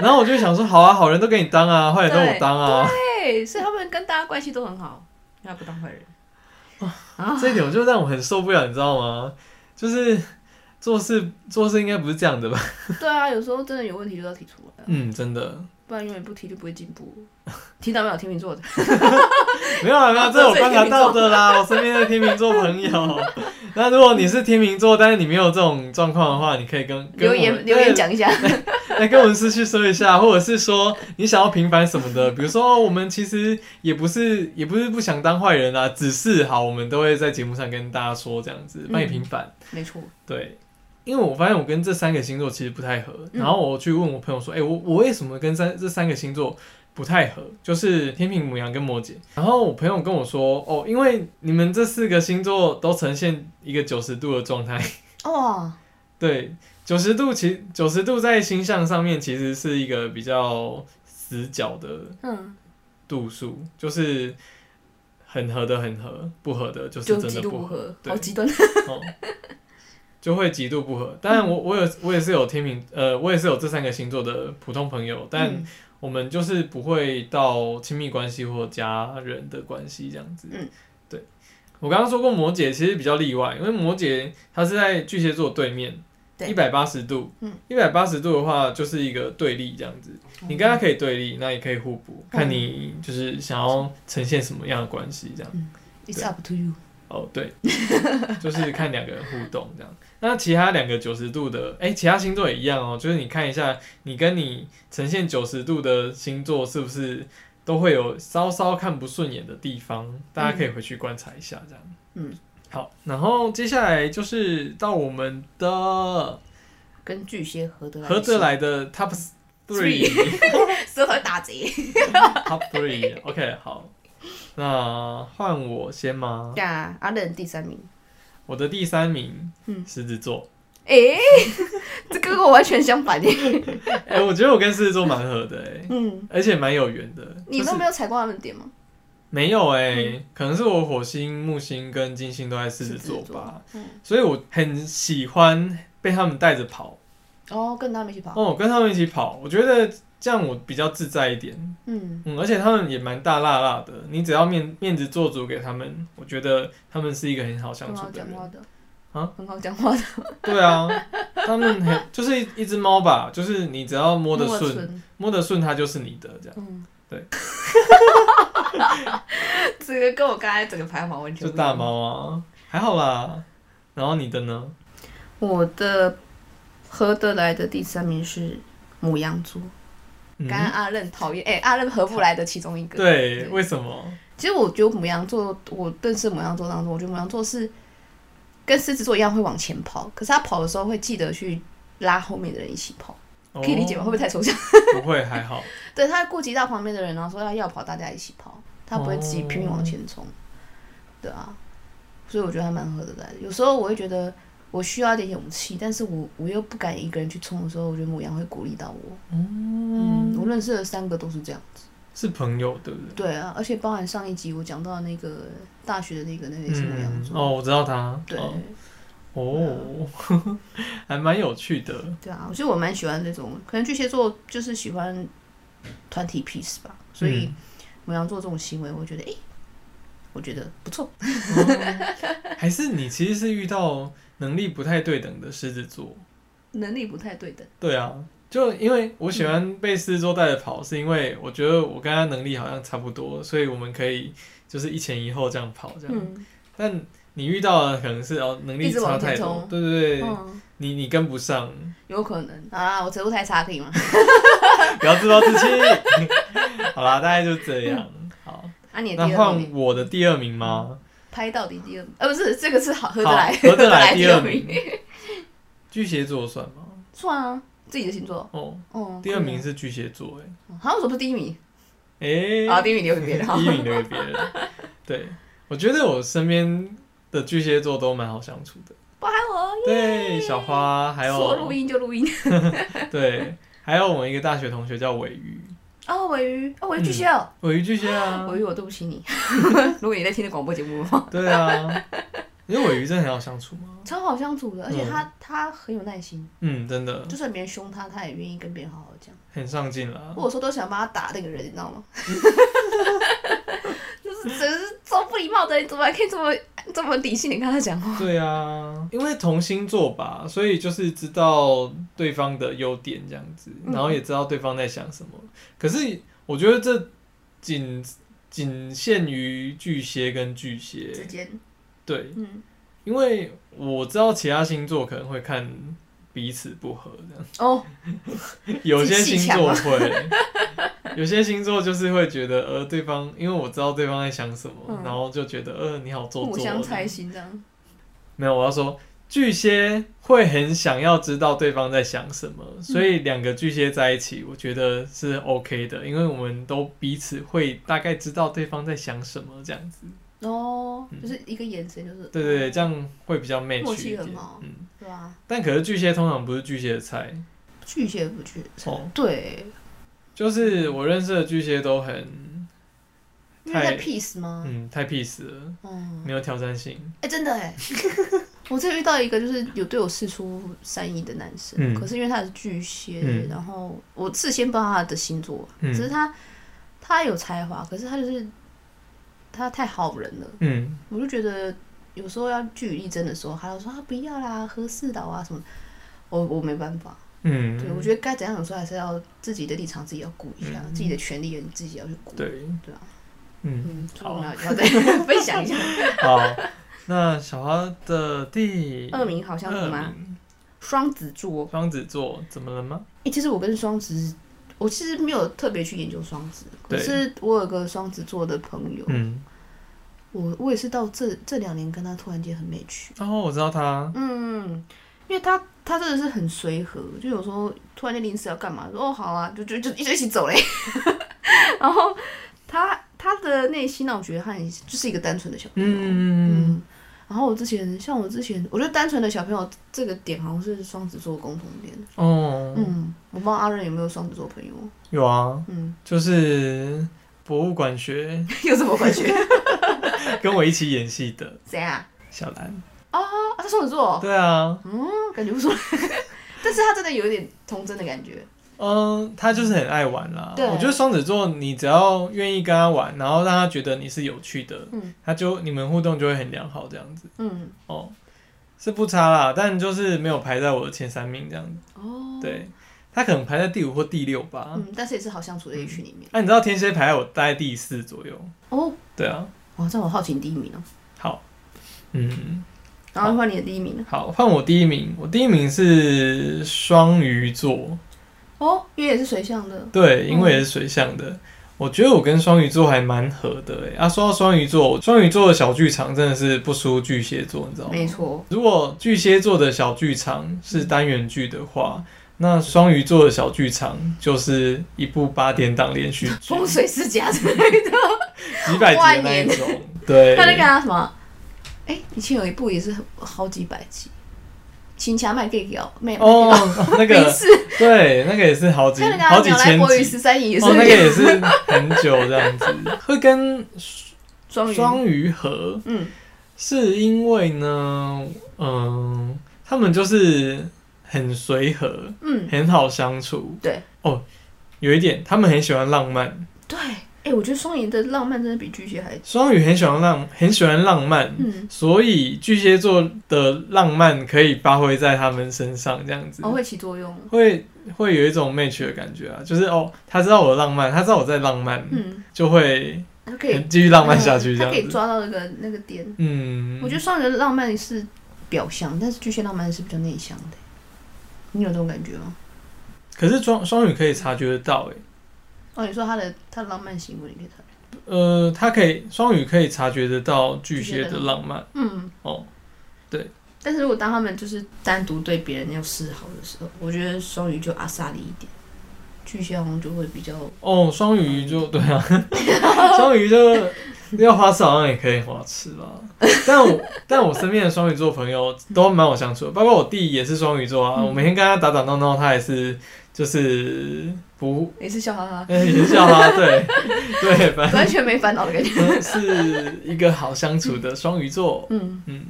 A: 然后我就想说，好啊，好人都给你当啊，坏人都我当啊。
B: 对，所以他们跟大家关系都很好，他不当坏人。啊，
A: 这一点我就让我很受不了，你知道吗？就是做事做事应该不是这样的吧？
B: 对啊，有时候真的有问题就要提出来，
A: 嗯，真的
B: 不然永远不提就不会进步。听到没有？天秤座的，
A: 没有啦啊没有，这是我观察到的 啦，我身边的天秤座朋友。 那如果你是天秤座，但是你没有这种状况的话，你可以跟跟
B: 留
A: 我们
B: 言 留言，讲一下。
A: 对来跟我们私去说一下，或者是说你想要平反什么的，比如说哦我们其实也不是也不是不想当坏人啊，只是好，我们都会在节目上跟大家说这样子，帮你
B: 嗯
A: 平反。
B: 没错，
A: 对，因为我发现我跟这三个星座其实不太合，
B: 嗯
A: 然后我去问我朋友说，哎、我我为什么跟三这三个星座不太合？就是天平、母羊跟摩羯。然后我朋友跟我说，哦，因为你们这四个星座都呈现一个九十度的状态，
B: 哇，
A: 对，九十度其九十度在星象上面其实是一个比较死角的
B: 嗯，
A: 度数，就是。很合的很合，不合的就是
B: 就
A: 真
B: 极
A: 的
B: 度
A: 不
B: 不
A: 合。
B: 合，
A: 对
B: 好极端。
A: 哦， 就会极度不合。当
B: 嗯
A: 然我，我有我也是有天秤，呃，我也是有这三个星座的普通朋友，但
B: 嗯
A: 我们就是不会到亲密关系或家人的关系这样子。
B: 嗯
A: 对。我刚刚说过摩羯其实比较例外，因为摩羯它是在巨蟹座对面，
B: 对
A: 一百八十度，
B: 嗯，哦
A: 一百八十度的话就是一个对立这样子。你跟他可以对立，那也可以互补，
B: 嗯
A: 看你就是想要呈现什么样的关系这样。
B: It's up to you。
A: 哦，对，就是看两个人互动这样。那其他两个九十度的，哎、其他星座也一样哦，就是你看一下，你跟你呈现九十度的星座是不是都会有稍稍看不顺眼的地方？大家可以回去观察一下这样。
B: 嗯，
A: 好，然后接下来就是到我们的
B: 跟巨蟹合得来，
A: 合得，来的 top three，top
B: 舌头会打结。
A: three，OK，、好，那换我先吗？
B: 对啊，阿冷第三名。
A: 我的第三名，
B: 嗯
A: 狮子座。
B: 哎， 这跟我完全相反耶。
A: 哎、我觉得我跟狮子座蛮合的哎、
B: 嗯，
A: 而且蛮有缘的。
B: 你
A: 就是
B: 都没有踩过他们的点吗？
A: 没有哎、可能是我火星、木星跟金星都在狮子座
B: 狮子
A: 吧
B: 座，嗯
A: 所以我很喜欢被他们带着跑。
B: 哦，跟他们一起跑。
A: 哦，跟他们一起跑，我觉得这样我比较自在一点。
B: 嗯，
A: 嗯，而且他们也蛮大辣辣的，你只要面面子做主给他们，我觉得他们是一个很好相
B: 很
A: 处
B: 好
A: 的
B: 讲
A: 人。
B: 话的。
A: 啊，
B: 很好讲话的，
A: 对啊，他们很就是一一只猫吧，就是你只要摸得顺，
B: 纯，
A: 摸得顺它就是你的这样。
B: 嗯，
A: 对。
B: 这个跟我刚才整个排行榜完全
A: 就
B: 不一样
A: 大猫啊，还好啦。然后你的呢？
B: 我的合得来的第三名是母羊座，
A: 嗯
B: 刚，刚阿任讨厌，哎、阿任合不来的其中一个。，
A: 对，为什么？
B: 其实我觉得母羊座，我认识母羊座当中，我觉得母羊座是跟狮子座一样会往前跑，可是他跑的时候会记得去拉后面的人一起跑，可以理解吗？会不会太抽象？
A: 哦 不会，还好。
B: 对，他会顾及到旁边的人，然后说要要跑，大家一起跑，他不会自己拼命往前冲。对啊，所以我觉得还蛮合得来的。有时候我会觉得我需要一点勇气，但是我我又不敢一个人去冲的时候，我觉得母羊会鼓励到我。嗯，我认识的三个都是这样。
A: 是朋友对不对？
B: 对啊，而且包含上一集我讲到那个大学的那个，那个也是母羊座。
A: 哦，我知道他。
B: 对、
A: 哦，哦 还蛮有趣 的。
B: 对啊，我觉得我蛮喜欢这种，可能巨蟹座就是喜欢团体 peace 吧，所以
A: 嗯
B: 母羊座这种行为，我觉得诶，我觉得不错。
A: 还是你其实是遇到能力不太对等的狮子座。
B: 能力不太对等，
A: 对啊，就因为我喜欢被狮子座带着跑，是因为我觉得我跟他能力好像差不多，所以我们可以就是一前一后这样跑这样。
B: 嗯，
A: 但你遇到的可能是哦能力
B: 一直
A: 差
B: 往前
A: 太多
B: 冲，
A: 对对对，
B: 嗯，
A: 你你跟不上，
B: 有可能啊，我程度太差可以吗？
A: 不要自暴自弃。 好啦，大概就这样。好，
B: 啊，你的
A: 那
B: 第二
A: 换
B: 名
A: 我的第二名吗？
B: 拍到底第二名，呃、不是这个是好 合得
A: 好
B: 来，
A: 合得来
B: 第
A: 第二
B: 名，
A: 巨蟹座算吗？
B: 算啊，自己的星座，
A: 哦，
B: 哦，
A: 第二名
B: 可
A: 是巨蟹座，哎
B: 以啊，好像说不是第一名，
A: 哎，
B: 啊，第一名留给别人，好
A: 第一名留给别人。 对，我觉得我身边的巨蟹座都蛮好相处的。
B: 包含我，
A: 对，小哦花还
B: 说录
A: 有
B: 音就录 音。
A: 对，还有我们一个大学同学叫尾鱼，
B: 哦，尾鱼，哦，尾鱼
A: 嗯
B: 巨蟹哦，
A: 尾鱼巨蟹啊，
B: 尾鱼，我对不起你。如果你在听这广播节目的话，
A: 对啊，因为尾鱼真的很好相处嘛。
B: 超好相处的，而且
A: 嗯
B: 他、他很有耐心，
A: 嗯，真的
B: 就算别人凶他，他也愿意跟别人好好讲。
A: 很上进啦。
B: 我有时候都想帮他打那个人，你知道吗？ 就是真是超不礼貌的，你怎么还可以这么这么理性的跟他讲话？
A: 对啊，因为同星座吧，所以就是知道对方的优点这样子，
B: 嗯
A: 然后也知道对方在想什么。可是我觉得这仅仅限于巨蟹跟巨
B: 之
A: 蟹，
B: 间，
A: 对，
B: 嗯，
A: 因为我知道其他星座可能会看彼此不合这样。
B: 哦，
A: 有些星座会， 有些星座就是会觉得，呃，对方因为我知道对方在想什么，
B: 嗯
A: 然后就觉得，呃，你好做
B: 互
A: 作。
B: 相猜心这样，
A: 没有，我要说巨蟹会很想要知道对方在想什么，
B: 嗯
A: 所以两个巨蟹在一起，我觉得是 OK 的，因为我们都彼此会大概知道对方在想什么这样子。
B: 哦，就是一个眼神，就是
A: 对对对，这样会比较 match
B: 嗯默
A: 一
B: 契
A: 点
B: 很好。
A: 嗯，
B: 对啊，
A: 但可是巨蟹通常不是巨蟹的菜
B: 巨蟹不巨蟹，
A: 哦，
B: 对，
A: 就是我认识的巨蟹都很
B: 嗯因为
A: 太
B: 在 peace 吗？
A: 嗯太 peace 了。
B: 嗯，
A: 没有挑战性。
B: 哎、真 的哎，我这遇到一个就是有对我示出善意的男生，
A: 嗯
B: 可是因为他是巨蟹，
A: 嗯
B: 然后我事先不知道他的星座，
A: 嗯
B: 只是他他有才华，可是他就是他太好人了，
A: 嗯
B: 我就觉得有时候要据理力争的时候，他就说啊不要啦，合适的啊什么的，我我没办法，
A: 嗯，
B: 对我觉得该怎样有时候还是要自己的立场自己要顾一下，
A: 嗯
B: 自己的权利你自己要去顾，
A: 对
B: 对啊，
A: 嗯
B: 嗯，所以我 们要要再 分享一下
A: 好。那小花的第
B: 二名好像
A: 二
B: 什么啊
A: 名
B: 双子座。
A: 双子座怎么了吗？
B: 欸，其实我跟双子，我其实没有特别去研究双子，可
A: 对
B: 是我有个双子座的朋友，
A: 嗯，
B: 我我也是到这这两年跟他突然间很 match，
A: 哦，我知道他，
B: 嗯，因为他他真的是很随和，就有时候突然间临时要干嘛，说哦好啊，就就就一起走嘞， 然后他他的内心让我觉得他很就是一个单纯的小朋友，
A: 嗯嗯
B: 嗯然后我之前像我之前，我觉得单纯的小朋友这个点好像是双子座共同点。
A: 哦，
B: 嗯，我不知道阿任有没有双子座朋友。
A: 有啊，
B: 嗯，
A: 就是博物馆学
B: 有什么关系？
A: 跟我一起演戏 的
B: 谁啊？
A: 小兰，
B: 啊，他双子座，
A: 对啊，
B: 嗯，感觉不错。 但是他真的有一点童真的感觉，
A: 嗯，他就是很爱玩啦。
B: 对
A: 我觉得双子座，你只要愿意跟他玩，然后让他觉得你是有趣的，
B: 嗯
A: 他就你们互动就会很良好这样子。
B: 嗯，
A: 哦，是不差啦，但就是没有排在我的前三名这样子。
B: 哦，，
A: 对，他可能排在第五或第六吧。
B: 嗯，但是也是好相处的一群里面。
A: 那、你知道天蝎排在我大概第四左右。
B: 哦，
A: 对啊，
B: 哇，这样我好奇你第一名哦。
A: 好，嗯，
B: 然后换你的第一名了。
A: 好，换我第一名。我第一名是双鱼座，
B: 哦，因为也是水象的，
A: 对，因为也是水象的。我觉得我跟双鱼座还蛮合的诶、啊，说到双鱼座，双鱼座的小剧场真的是不输巨蟹座，你知道吗？
B: 哦没错。
A: 如果巨蟹座的小剧场是单元剧的话，那双鱼座的小剧场就是一部八点档连续剧，
B: 风水世家之类的，
A: 几百集的那一种。对，
B: 他那个啊什么哎，以前有一部也是好几百集，《秦腔卖 gay 屌》卖
A: 哦，那
B: 没
A: 个
B: 事，
A: 对，那个也是好几
B: 还有那个
A: 好
B: 啊
A: 几
B: 鸟来
A: 千
B: 伯与
A: 集，
B: 十三姨也是
A: 哦，那个也是很久这样子，会跟
B: 双鱼，
A: 双鱼合，
B: 嗯，
A: 是因为呢，嗯、他们就是很随和，
B: 嗯，
A: 很好相处。
B: 对，
A: 哦，有一点，他们很喜欢浪漫，
B: 对，哎，我觉得双鱼的浪漫真的比巨蟹还，
A: 双鱼很喜欢浪，很喜欢浪漫，
B: 嗯，
A: 所以巨蟹座的浪漫可以发挥在他们身上，这样子、
B: 哦，会起作用，
A: 会会有一种 match 的感觉啊，就是哦，他知道我浪漫，他知道我在浪漫，
B: 嗯，
A: 就会
B: 他可以
A: 继续 浪漫下去，这
B: 他
A: 样
B: 可以
A: 子。
B: 抓到那个那个点。
A: 嗯，
B: 我觉得双鱼的浪漫是表象，但是巨蟹浪漫是比较内向的。你有这种感觉吗？
A: 可是双双鱼可以察觉得到，哎，
B: 哦，你说他的他的浪漫行为，你可以看。
A: 呃，他可以双鱼可以察觉得到巨蟹
B: 巨蟹
A: 的
B: 的
A: 浪漫
B: 嗯，
A: 哦，
B: 但是如果当他们就是单独对别人要示好的时候，我觉得双鱼就阿萨里一点，巨蟹好像就会比较
A: 哦，双鱼就对啊，双鱼就要花痴好像也可以花痴啦。但我但我身边的双鱼座朋友都蛮好相处的，包括我弟也是双鱼座啊，
B: 嗯
A: 我每天跟他打打闹闹，他也是就是不，
B: 也是笑哈哈，
A: 呃也是笑他，对对，反
B: 完全没烦恼的感觉。
A: 正是一个好相处的双鱼座。
B: 嗯，
A: 嗯，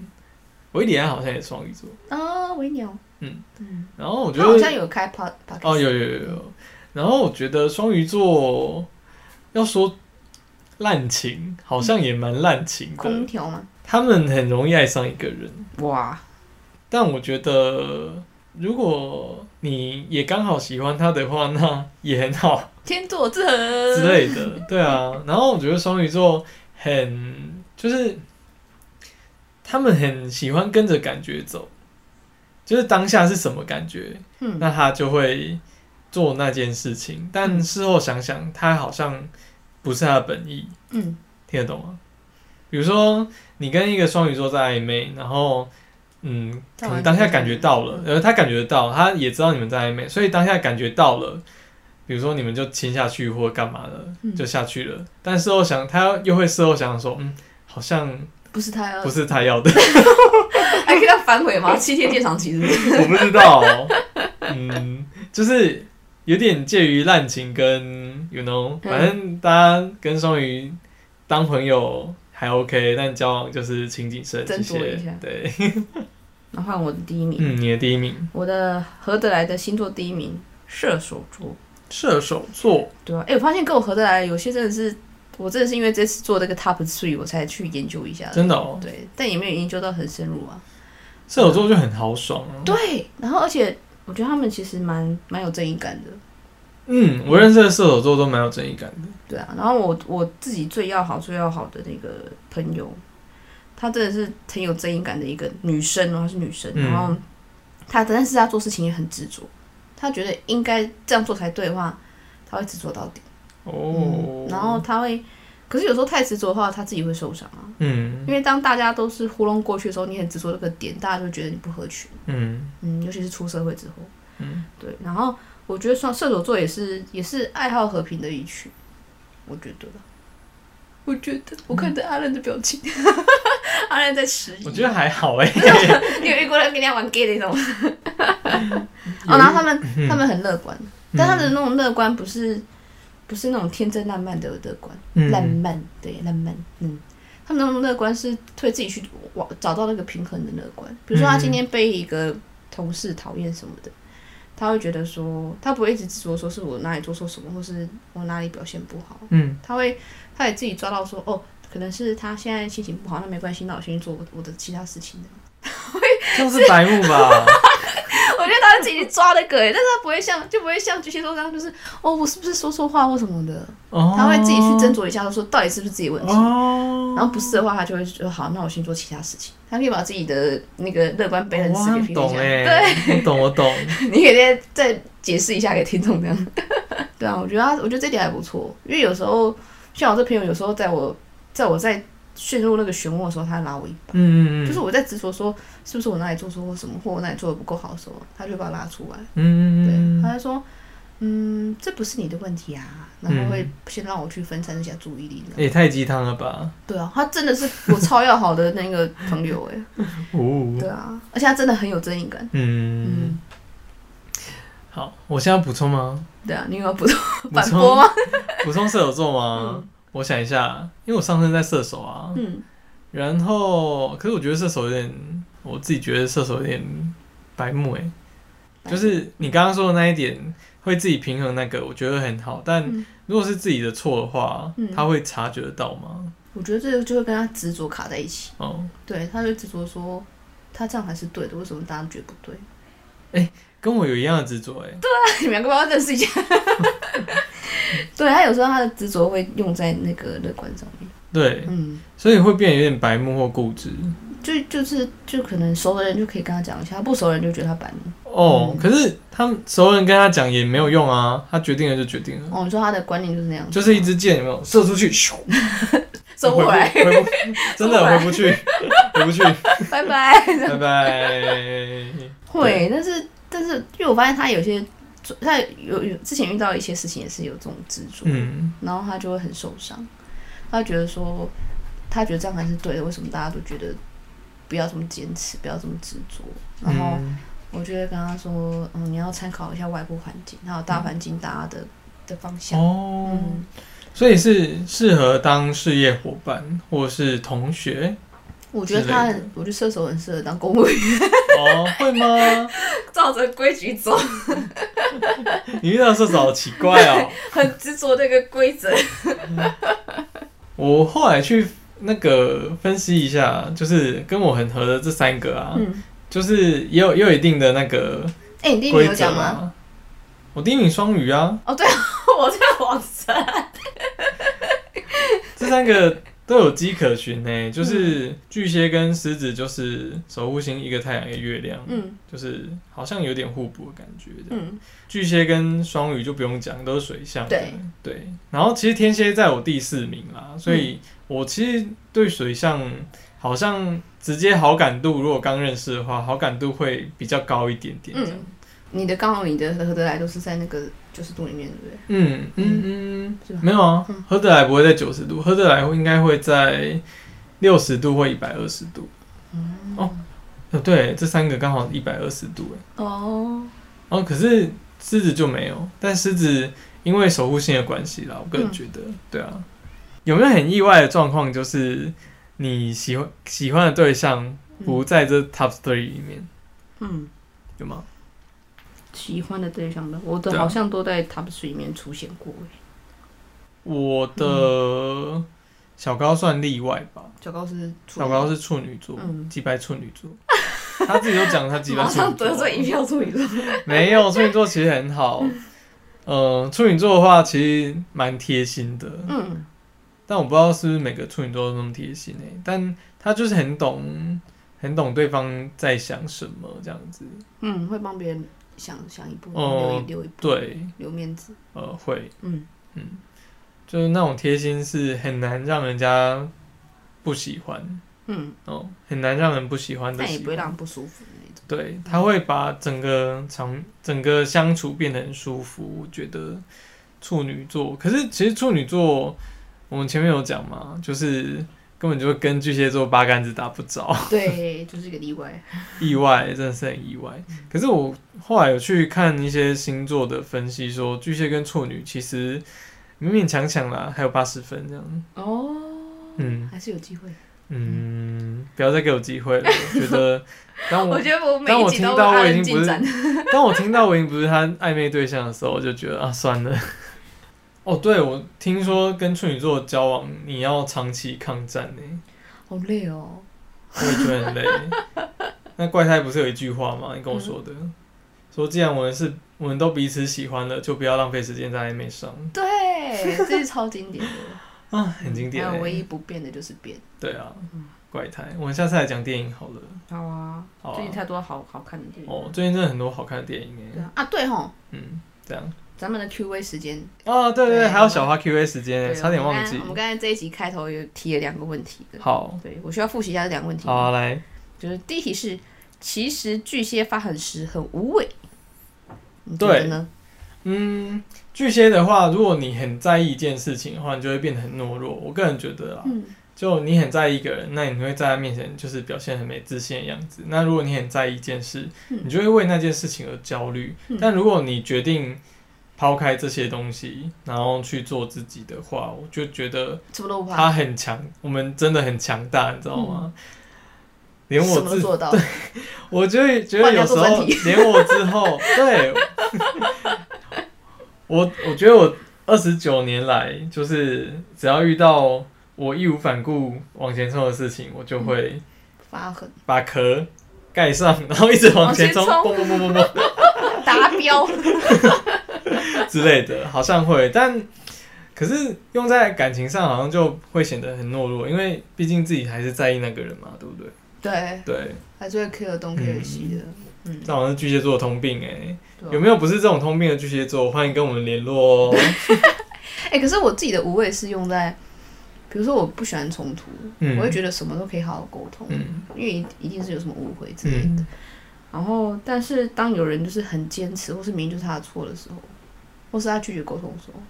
A: 维里安好像也是双鱼座，
B: 哦，维鸟，
A: 嗯
B: 嗯，
A: 然后我觉
B: 他
A: 得
B: 好像有开 pod
A: 哦，有
B: podcast，
A: 有有有有。然后我觉得双鱼座要说滥情，好像也蛮滥情的。
B: 空调嘛，
A: 他们很容易爱上一个人，
B: 哇，
A: 但我觉得如果你也刚好喜欢他的话，那也很好
B: 天作之
A: 之
B: 合，
A: 类的。对啊，然后我觉得双鱼座很就是他们很喜欢跟着感觉走，就是当下是什么感觉，
B: 嗯，
A: 那他就会做那件事情，但
B: 嗯
A: 事后想想，他好像不是他的本意，
B: 嗯，
A: 听得懂吗？比如说，你跟一个双鱼座在暧昧，然后，嗯，可
B: 但
A: 能
B: 完全
A: 当下
B: 不
A: 感
B: 是
A: 觉到了，呃，他感觉到，他也知道你们在暧昧，所以当下感觉到了，比如说你们就亲下去或干嘛了，
B: 嗯
A: 就下去了。但事后想，他又会事后想说，嗯，好像
B: 不是他要
A: 不，是他要的，
B: 还可以他反悔吗？七天鉴赏期是 不是？
A: 我不知道，哦嗯，就是有点介于滥情跟 you
B: 嗯
A: know，反正大家跟双鱼当朋友还 OK，但交往就是请谨慎这
B: 斟酌一下
A: 些。对，
B: 那换我的第一名，
A: 嗯，你的第一名
B: 我的合得来的星座第一名射手座，
A: 射手座，
B: 对啊，哎、我发现跟我合得来的有些真的是，我真的是因为这次做这个 top three 我才去研究一下的，
A: 真的哦，
B: 对，但也没有研究到很深入啊。
A: 射手座就很豪爽啊。
B: 对，然后而且我觉得他们其实蛮蛮有正义感的，
A: 嗯，我认识的射手座都蛮有正义感的。
B: 对啊。然后我我自己最要好最要好的那个朋友，她真的是很有正义感的一个女生哦，她是女生，
A: 嗯
B: 然后她但是她做事情也很执着，她觉得应该这样做才对的话，她会执着到底。
A: 哦
B: 嗯，，然后他会，可是有时候太执着的话，他自己会受伤啊。
A: 嗯
B: 因为当大家都是糊弄过去的时候，你很执着这个点，大家就觉得你不合群。
A: 嗯
B: 嗯，尤其是出社会之后，
A: 嗯，
B: 对。然后我觉得双射手座也是也是爱好和平的一群，我觉得啦。我觉得我看着阿任的表情，嗯 阿任在迟疑。
A: 我觉得还好哎。
B: 你有遇过那跟人家玩 gay 的那种吗？ 哦，然后他们他
A: 嗯
B: 们很乐观，但他的那种乐观不是不是那种天真烂漫的乐观。
A: 嗯
B: 浪漫，对，浪漫，嗯，他们那种乐观是会自己去往找到那个平衡的乐观。比
A: 嗯
B: 如说，他今天被一个同事讨厌什么的，他会觉得说，他不会一直执着说是我哪里做错什么，或是我哪里表现不好，
A: 嗯
B: 他会他也自己抓到说，哦，可能是他现在心情不好，那没关系，那我先去做我我的其他事情 的。
A: 就是白目 吧。
B: 我觉得他自己去抓那个、欸，但是他不会像就不会像巨蟹座这样，就是哦，我是不是说错话或什么的，
A: 哦，
B: 他会自己去斟酌一下，说到底是不是自己问题。
A: 哦，
B: 然后不是的话，他就会说好，那我先做其他事情。他可以把自己的那个乐观悲人
A: 我
B: 思给
A: 很
B: 平衡
A: 懂
B: 下
A: 哎、
B: 来。对，
A: 我懂我懂，
B: 你可以再再解释一下给听众这样。 对啊，我觉得他，我觉得这点还不错，因为有时候像我这朋友，有时候在我在我在陷入那个漩涡的时候，他拉我一把。
A: 嗯嗯嗯，
B: 就是我在执着说是不是我哪里做错或什么，或我哪里做的不够好的时候，他就把我拉出来。
A: 嗯
B: 对，
A: 嗯
B: 他
A: 嗯
B: 就说嗯，这不是你的问题啊，然后会先让我去分散一下注意力呢。
A: 也太鸡汤了吧？
B: 对啊，他真的是我超要好的那个朋友哎、
A: 哦，
B: 对啊，而且他真的很有正义感。
A: 嗯，
B: 嗯，
A: 好，我现在补充 吗？
B: 对啊，你有要补充
A: 补
B: 反驳
A: 充
B: 吗？
A: 补充射手座吗？我想一下，因为我上升在射手啊，
B: 嗯，
A: 然后可是我觉得射手有点，我自己觉得射手有点白目哎、就是你刚刚说的那一点，会自己平衡那个，我觉得很好。但
B: 嗯
A: 如果是自己的错的话，
B: 嗯
A: 他会察觉得到吗？
B: 我觉得这个就会跟他执着卡在一起，
A: 哦，
B: 对，他就执着说他这样还是对的，为什么大家觉得不对？
A: 跟我有一样的执着哎。
B: 你们两个要不要认识 一下？对他有时候他的执着会用在那个乐观上面，
A: 对，
B: 嗯，
A: 所以会变得有点白目或固执。
B: 就就是就可能熟的人就可以跟他讲一下，不熟的人就觉得他白目。
A: 哦，
B: 嗯
A: 可是他们熟人跟他讲也没有用啊，他决定了就决定了，
B: 哦，你说他的观念就是那样，
A: 就是一支箭有没有射出去，咻
B: 收回 来，
A: 回不回不真的
B: 收回来
A: 回不去，回不 去，
B: 拜拜。
A: 拜拜。
B: 会，但是但是，因为我发现他有些，他有有之前遇到一些事情也是有这种执着，
A: 嗯，
B: 然后他就会很受伤，他觉得说，他觉得这样还是对的，为什么大家都觉得不要这么坚持，不要这么执着？然后
A: 嗯
B: 我就会跟他说，嗯，你要参考一下外部环境，还有大环境大家的的方向。
A: 嗯哦，
B: 嗯，
A: 所以是适合当事业伙伴或是同学
B: 我觉得
A: 之类
B: 他
A: 的
B: 很，我觉得射手很适合当公务员，
A: 哦，会吗？
B: 照着规矩走，
A: 你遇到射手好奇怪 哦。
B: 很执着那个规则。
A: 我后来去那个分析一下，就是跟我很合的这三个啊，
B: 嗯，
A: 就是也有也有一定的那个
B: 哎、你第一名
A: 规
B: 有
A: 则
B: 讲吗？
A: 啊。我第一名双鱼啊，
B: 哦，对啊， 我在网上。
A: 这三个都有迹可循呢、
B: 嗯
A: 就是巨蟹跟狮子就是守护星，一个太阳，一个月亮，
B: 嗯
A: 就是好像有点互补的感觉这样。
B: 嗯
A: 巨蟹跟双鱼就不用讲，都是水象的
B: 对
A: 对，然后其实天蝎在我第四名啦，所以我其实对水象好像直接好感度，如果刚认识的话，好感度会比较高一点点这样。
B: 嗯，你的刚好你的合得来都是在那个九十度里面，对不对？
A: 嗯嗯嗯
B: 是吧
A: 没有啊
B: 嗯，
A: 合得来不会在九十度，合得来应该会在六十度或一百二十度。
B: 嗯
A: 哦呃，对，这三个刚好一百二十度欸
B: 哦，
A: 哦，可是狮子就没有，但狮子因为守护性的关系啦，我个人觉得，
B: 嗯
A: 对啊，有没有很意外的状况，就是你喜欢喜欢的对象不在这 top three 里面，
B: 嗯，
A: 有吗？
B: 喜欢的对象的，我
A: 对
B: 的
A: 啊
B: 好像都在 Top 3里面出现过欸耶，
A: 我的小高算例外吧，
B: 小高是嗯处女
A: 小高是处女座，
B: 嗯
A: 击败处女座，他自己都讲他击败
B: 马
A: 处女
B: 上
A: 座
B: 得罪一
A: 啊，
B: 票处女座，
A: 没有处女座其实很好，呃，处女座的话其实蛮贴心的，
B: 嗯，
A: 但我不知道是不是每个处女座都那么贴心诶、但他就是很懂，很懂对方在想什么这样子。
B: 嗯，会帮别人想想一步，留
A: 哦
B: 一留一步，
A: 对，
B: 留面子，
A: 呃，会，
B: 嗯
A: 嗯，就是那种贴心是很难让人家不喜欢
B: 嗯，
A: 哦，很难让人不喜欢的
B: 但也
A: 喜
B: 不会让
A: 欢。
B: 人不舒服的那种，
A: 对，他会把整个场、整个相处变得很舒服。我觉得处女座，可是其实处女座，我们前面有讲嘛，就是根本就跟巨蟹座八竿子打不着。
B: 对，就是一个例外，
A: 意外，真的是很意外。可是我后来有去看一些星座的分析说巨蟹跟处女其实勉勉强强啦，还有八十分这样。
B: 哦，
A: 嗯
B: 还是有机会，
A: 嗯，不要再给我机会了，我觉得当我
B: 我觉得我
A: 嗯
B: 每
A: 当
B: 一
A: 我
B: 集
A: 听
B: 都
A: 到
B: 按
A: 我已
B: 人
A: 经不
B: 进
A: 是
B: 展，
A: 当我听到我已经不是他暧昧对象的时候，我就觉得啊，算了。 哦，对，我听说跟处女座交往，你要长期抗战呢、
B: 好累哦。
A: 我也觉得 很累。那怪胎不是有一句话吗？你跟我说的，说既然我们是我们都彼此喜欢了，就不要浪费时间在暧昧上
B: 对，这是超经典的，
A: 啊，很经典、
B: 还有唯一
A: 欸。
B: 不变的就是变。
A: 对啊，怪胎，我们下次来讲电影好了。
B: 好啊，
A: 好
B: 最近
A: 啊，
B: 太多好好看的电影。
A: 哦，最近真的很多好看的电影
B: 对
A: 哎、
B: 啊，啊对吼，
A: 嗯，这样
B: 咱们的 Q&A 时间，
A: 哦，对对
B: 对
A: 对，
B: 我
A: 还有小花 Q&A 时间、欸，
B: 对
A: 差点忘
B: 我们刚
A: 记
B: 才我。们刚才这一集开头有提了两个问题的，
A: 好，
B: 对我需要复习一下这两个问题
A: 好、
B: 吗。
A: 啊，来，
B: 就是第一题是，其实巨蟹发狠时很无畏，你觉
A: 对
B: 得呢？
A: 嗯，巨蟹的话，如果你很在意一件事情的话，你就会变得很懦弱。我个人觉得啊，
B: 嗯
A: 就你很在意一个人，那你会在他面前就是表现很没自信的样子。那如果你很在意一件事，
B: 嗯
A: 你就会为那件事情而焦虑。
B: 嗯
A: 但如果你决定抛开这些东西，然后去做自己的话，我就觉得
B: 什么都不怕，
A: 他很强，我们真的很强大，你知道吗？
B: 嗯
A: 连
B: 什
A: 我
B: 么
A: 自
B: 都做到。
A: 我就会觉
B: 帮
A: 得
B: 人
A: 有时
B: 家做
A: 候
B: 专题
A: 连我之后，对， 我我觉得我二十九年来，就是只要遇到我义无反顾往前冲的事情，我就
B: 嗯
A: 会
B: 发狠，
A: 把壳盖上，然后一直往前冲，
B: 往
A: 嘣嘣嘣嘣
B: 达标。
A: 嘣之类的，好像会，但。可是用在感情上，好像就会显得很懦弱，因为毕竟自己还是在意那个人嘛，对不对？
B: 对，
A: 对，
B: 还是会 care 东 care 西的。嗯，
A: 这好像是巨蟹座的通病哎、
B: 对啊
A: 有没有不是这种通病的巨蟹座？欢迎跟我们联络哦。
B: 哎、可是我自己的无畏是用在，比如说我不喜欢冲突，
A: 嗯
B: 我会觉得什么都可以好好沟通，
A: 嗯
B: 因为一一定是有什么误会之类的。
A: 嗯
B: 然后，但是当有人就是很坚持，或是明明就是他的错的时候，或是他拒绝沟通的时候，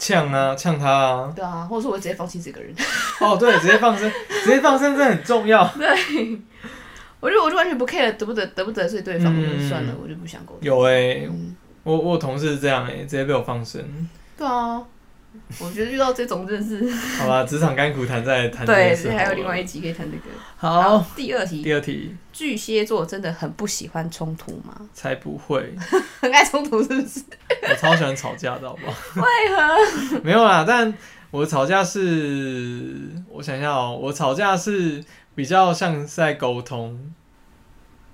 A: 呛啊，呛他啊！
B: 对啊，或者是我直接放弃这个人，
A: 哦，对，直接放生， 直接放生真的很重要。
B: 我就我就完全不 care 得不得得不得罪对方，
A: 嗯
B: 我就算了，我就不想沟通。
A: 有哎、
B: 嗯，
A: 我我有同事是这样哎、直接被我放生。
B: 对啊，我觉得遇到这种真 的是
A: 好啦，职场甘苦谈再谈这
B: 对
A: 件，事好了。
B: 还有另外一集可以谈这个。
A: 好，，
B: 第二题，
A: 第二题
B: 巨蟹座真的很不喜欢冲突吗？
A: 才不会，
B: 很爱冲突是不 是？
A: 我超喜欢吵架的好不好？
B: 为何？
A: 没有啦，但我吵架是，我想一下哦、我吵架是比较像是在沟通，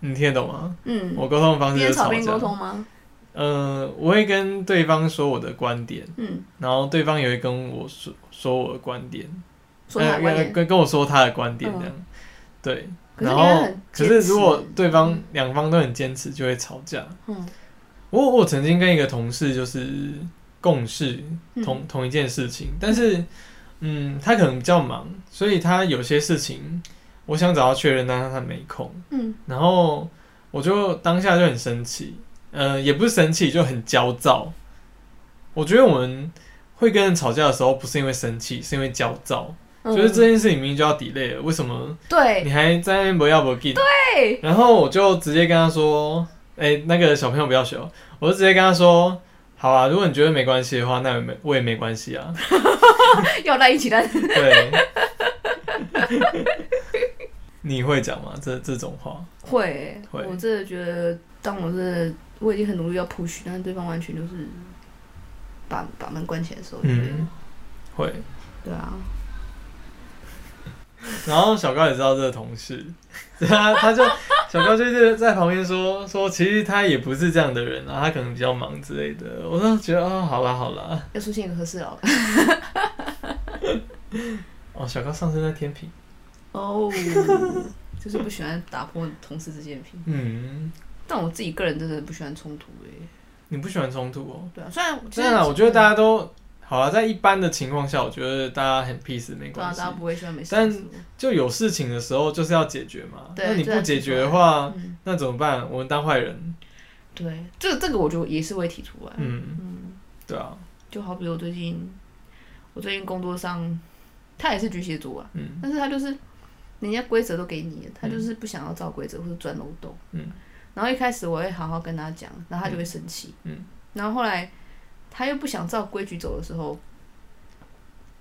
A: 你听得懂吗？
B: 嗯，
A: 我沟通的方式就
B: 边
A: 是
B: 吵
A: 吵
B: 边沟
A: 架。
B: 通吗？
A: 呃，我会跟对方说我的观点。
B: 嗯，
A: 然后对方也会跟我说说我的观点，
B: 说他的观
A: 呃
B: 点。
A: 跟跟我说他的观点这样，对。
B: 可是
A: 然
B: 你也
A: 后
B: 很，
A: 可
B: 坚持
A: 是如果对方两方都很坚持，就会吵架。
B: 嗯
A: 我我曾经跟一个同事就是共事
B: 嗯
A: 同同一件事情，但是嗯，他可能比较忙，所以他有些事情我想找他确认，但是他没空。
B: 嗯
A: 然后我就当下就很生气，呃，也不是生气，就很焦躁。我觉得我们会跟人吵架的时候，不是因为生气，是因为焦躁，
B: 嗯，
A: 就是这件事情明明就要 delay 了，为什么
B: 对
A: 你还在那边不要不给？
B: 对，
A: 然后我就直接跟他说，哎、那个小朋友不要学哦，我就直接跟他说。好啊，如果你觉得没关系的话，那也没我也没关系啊。
B: 要在一起但
A: 对，你会讲吗？这这种话，
B: 会，
A: 会
B: 我真的觉得，当我真的我已经很努力要 push，但是对方完全就是把把门关起来的时候，
A: 嗯，会。
B: 对啊，
A: 然后小高也知道这个同事，啊他他就小高就是在旁边说说，其实他也不是这样的人啊，他可能比较忙之类的。我都觉得哦，好啦好啦，
B: 要出现一个合 适的老板
A: 哦，小高上升在天平，
B: 哦，就是不喜欢打破同事之间的平衡。
A: 嗯，
B: 但我自己个人真的不喜欢冲突诶、
A: 你不喜欢冲突哦？
B: 对啊，虽然
A: 真的啊，我觉得大
B: 家
A: 家都好了，在一般的情况下，我觉得大家很 peace 没
B: 对啊，
A: 关系
B: 大家。不会喜欢没事
A: 但
B: 做
A: 就有事情的时候就是要解决嘛，
B: 对啊
A: 那你不解决的话，
B: 嗯，
A: 那怎么办？我们当坏人？
B: 对，这个这个我就也是会提出来，
A: 嗯，
B: 嗯，
A: 对啊，
B: 就好比我最近我最近工作上，他也是巨蟹座啊，
A: 嗯
B: 但是他就是人家规则都给你了，他就是不想要照规则或者钻漏洞。
A: 嗯。
B: 然后一开始我会好好跟他讲，然后他就会生气。
A: 嗯。
B: 然后后来他又不想照规矩走的时候，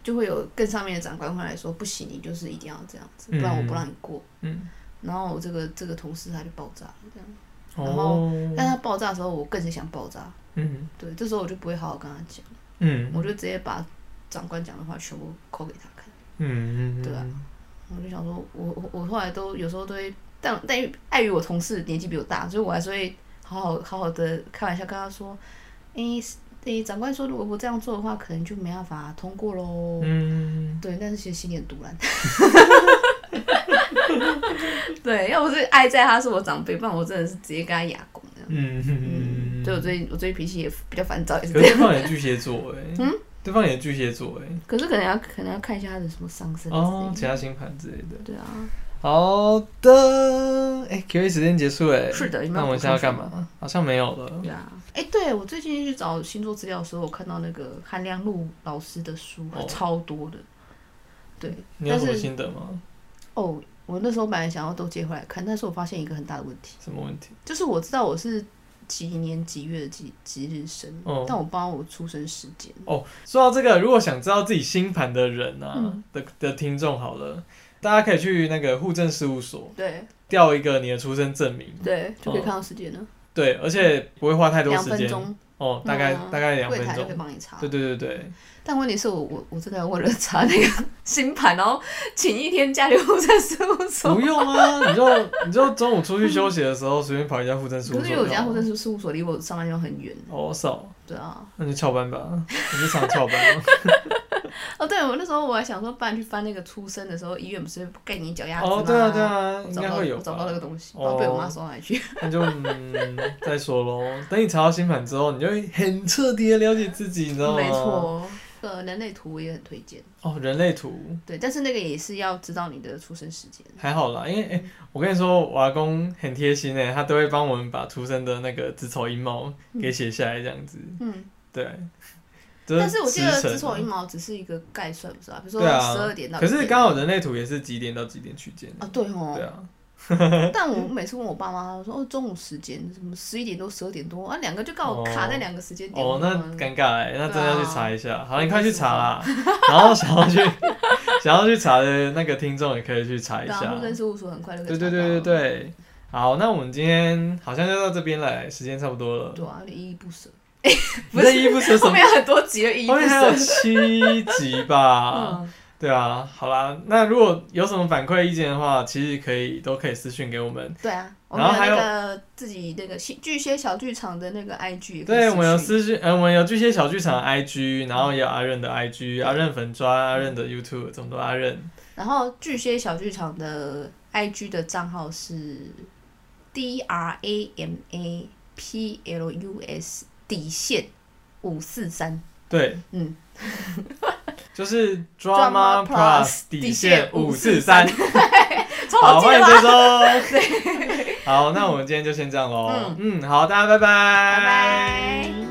B: 就会有更上面的长官会来说：“不行，你就是一定要这样子，不然我不让你过。
A: 嗯，”
B: 然后我这个这个同事他就爆炸了，这样。然后
A: 哦，
B: 但他爆炸的时候，我更是想爆炸。
A: 嗯
B: 对，这时候我就不会好好跟他讲，
A: 嗯
B: 我就直接把长官讲的话全部扣给他看。
A: 嗯，
B: 对啊我就想说，我我我后来都有时候都会，但但因为碍于我同事年纪比我大，所以我还是会好好好好的开玩笑跟他说，诶、诶、长官说如果不这样做的话，可能就没办法通过喽。
A: 嗯，
B: 对，但是其实心里很毒烂。 对，要不是爱在他是我长辈，不然我真的是直接跟他哑公这样。
A: 嗯
B: 嗯，所以我最近我最近脾气也比较烦躁，也是
A: 可
B: 这
A: 是
B: 样。
A: 对方也巨蟹座哎、嗯，对方也巨蟹座哎、
B: 可是可能要可能要看一下他的什么上升之类的。
A: 哦，其他星盘之类的。
B: 对啊，
A: 好的，哎、q A 时间结束哎、
B: 是的有没有
A: 那我们现在要干嘛？好像没有了
B: 对。啊，哎、对我最近去找星座资料的时候，我看到那个韩良露老师的书、啊
A: 哦
B: 超多的。对，
A: 你有什么
B: 但是
A: 心得吗？
B: 哦，我那时候本来想要都接回来看，但是我发现一个很大的问题，
A: 什么问题？
B: 就是我知道我是几年几月几几日生，
A: 哦
B: 但我不知道我出生时间。
A: 说到这个，如果想知道自己星盘的人啊、
B: 嗯
A: 的的听众好了，大家可以去那个户政事务所
B: 对
A: 调一个你的出生证明，
B: 对，嗯就可以
A: 哦
B: 看到时间了，
A: 对，而且不会花太多
B: 两、
A: 时
B: 分
A: 间
B: 钟，
A: 哦，大概、
B: 嗯
A: 大概两
B: 柜
A: 分
B: 台就
A: 钟
B: 可以，帮你查
A: 对。对对对，
B: 但问题是我我我真的为了查那个 星盘，然后请一天假留在事务所
A: 不。用啊，你就你就中午出去休息的时候随便跑一家户政事务
B: 可
A: 所
B: 是
A: 就
B: 因
A: 好了，
B: 为我家护政事务所离我上班地方很远，
A: 哦少，
B: 对啊。
A: 那你就翘班吧，你就常 翘班吗？
B: 哦，对，我那时候我还想说，不然去翻那个出生的时候，医院不是盖你脚丫子吗？
A: 哦对啊对啊，
B: 我
A: 应
B: 找不
A: 该
B: 到
A: 会有
B: 我找不到
A: 吧
B: 那个东西，
A: 哦
B: 然后被我妈送哪里去？
A: 那就嗯再说喽。等你查到星盘之后，你就会很彻底的了解自己，你知道吗？
B: 没。错，呃，人类图我也很推荐，
A: 哦，人类图
B: 对，但是那个也是要知道你的出生时间。
A: 还好啦，因为哎、我跟你说，我阿公很贴心诶、他都会帮我们把出生的那个子丑寅卯给写下来，这样子。
B: 嗯，
A: 对。就
B: 但是我记得
A: 时辰啊
B: 子丑寅卯只是一个概算，不是吧？比如说
A: 对啊，
B: 十二点到1
A: 可
B: 点。
A: 是刚好人类图也是几点到几点区间
B: 啊，对哦
A: 对。啊，
B: 但我每次问我爸妈，我说哦，中午时间什么十一点多、十二点多啊，两个就刚好卡在两个时间点。啊
A: 哦，那尴尬哎、那真的要去查一下。好，你快去
B: 哦
A: 查啦。然后想要去想要去查的那个听众也可以去查一
B: 对
A: 下。
B: 啊，护政事务所很快就可
A: 对
B: 以查
A: 对
B: 到。
A: 对对对，好，那我们今天好像就到这边了，欸时间差不多了。
B: 对啊，有点依依不舍。
A: 你在依依不舍什
B: 后
A: 么？
B: 面很多集的依依
A: 后
B: 不
A: 面还有
B: 舍。
A: 七集吧？
B: 嗯，
A: 对啊，好啦，那如果有什么反馈意见的话，其实可以都可以私讯给我们。
B: 对啊，我
A: 然后
B: 们
A: 还有
B: 那个自己那个新巨蟹小剧场的那个 IG，也可以
A: 对，我们有
B: 私讯
A: 私讯，呃，我们有巨蟹小剧场的 IG，然后也有阿任的 IG，阿任粉砖，阿任的 YouTube，这么多阿任。
B: 然后巨蟹小剧场的 IG 的账号是 D R A M A P L U S 底线五四三，
A: 对，
B: 嗯，
A: 就是 Drama
B: Drama
A: Plus 底
B: 底
A: 线
B: 线
A: 五四三。
B: 超
A: 好，
B: 好记
A: 欢
B: 的
A: 迎
B: 吧？
A: 追 嗯踪。好，那我们今天就先这样喽。嗯好，大家拜拜，
B: 拜拜。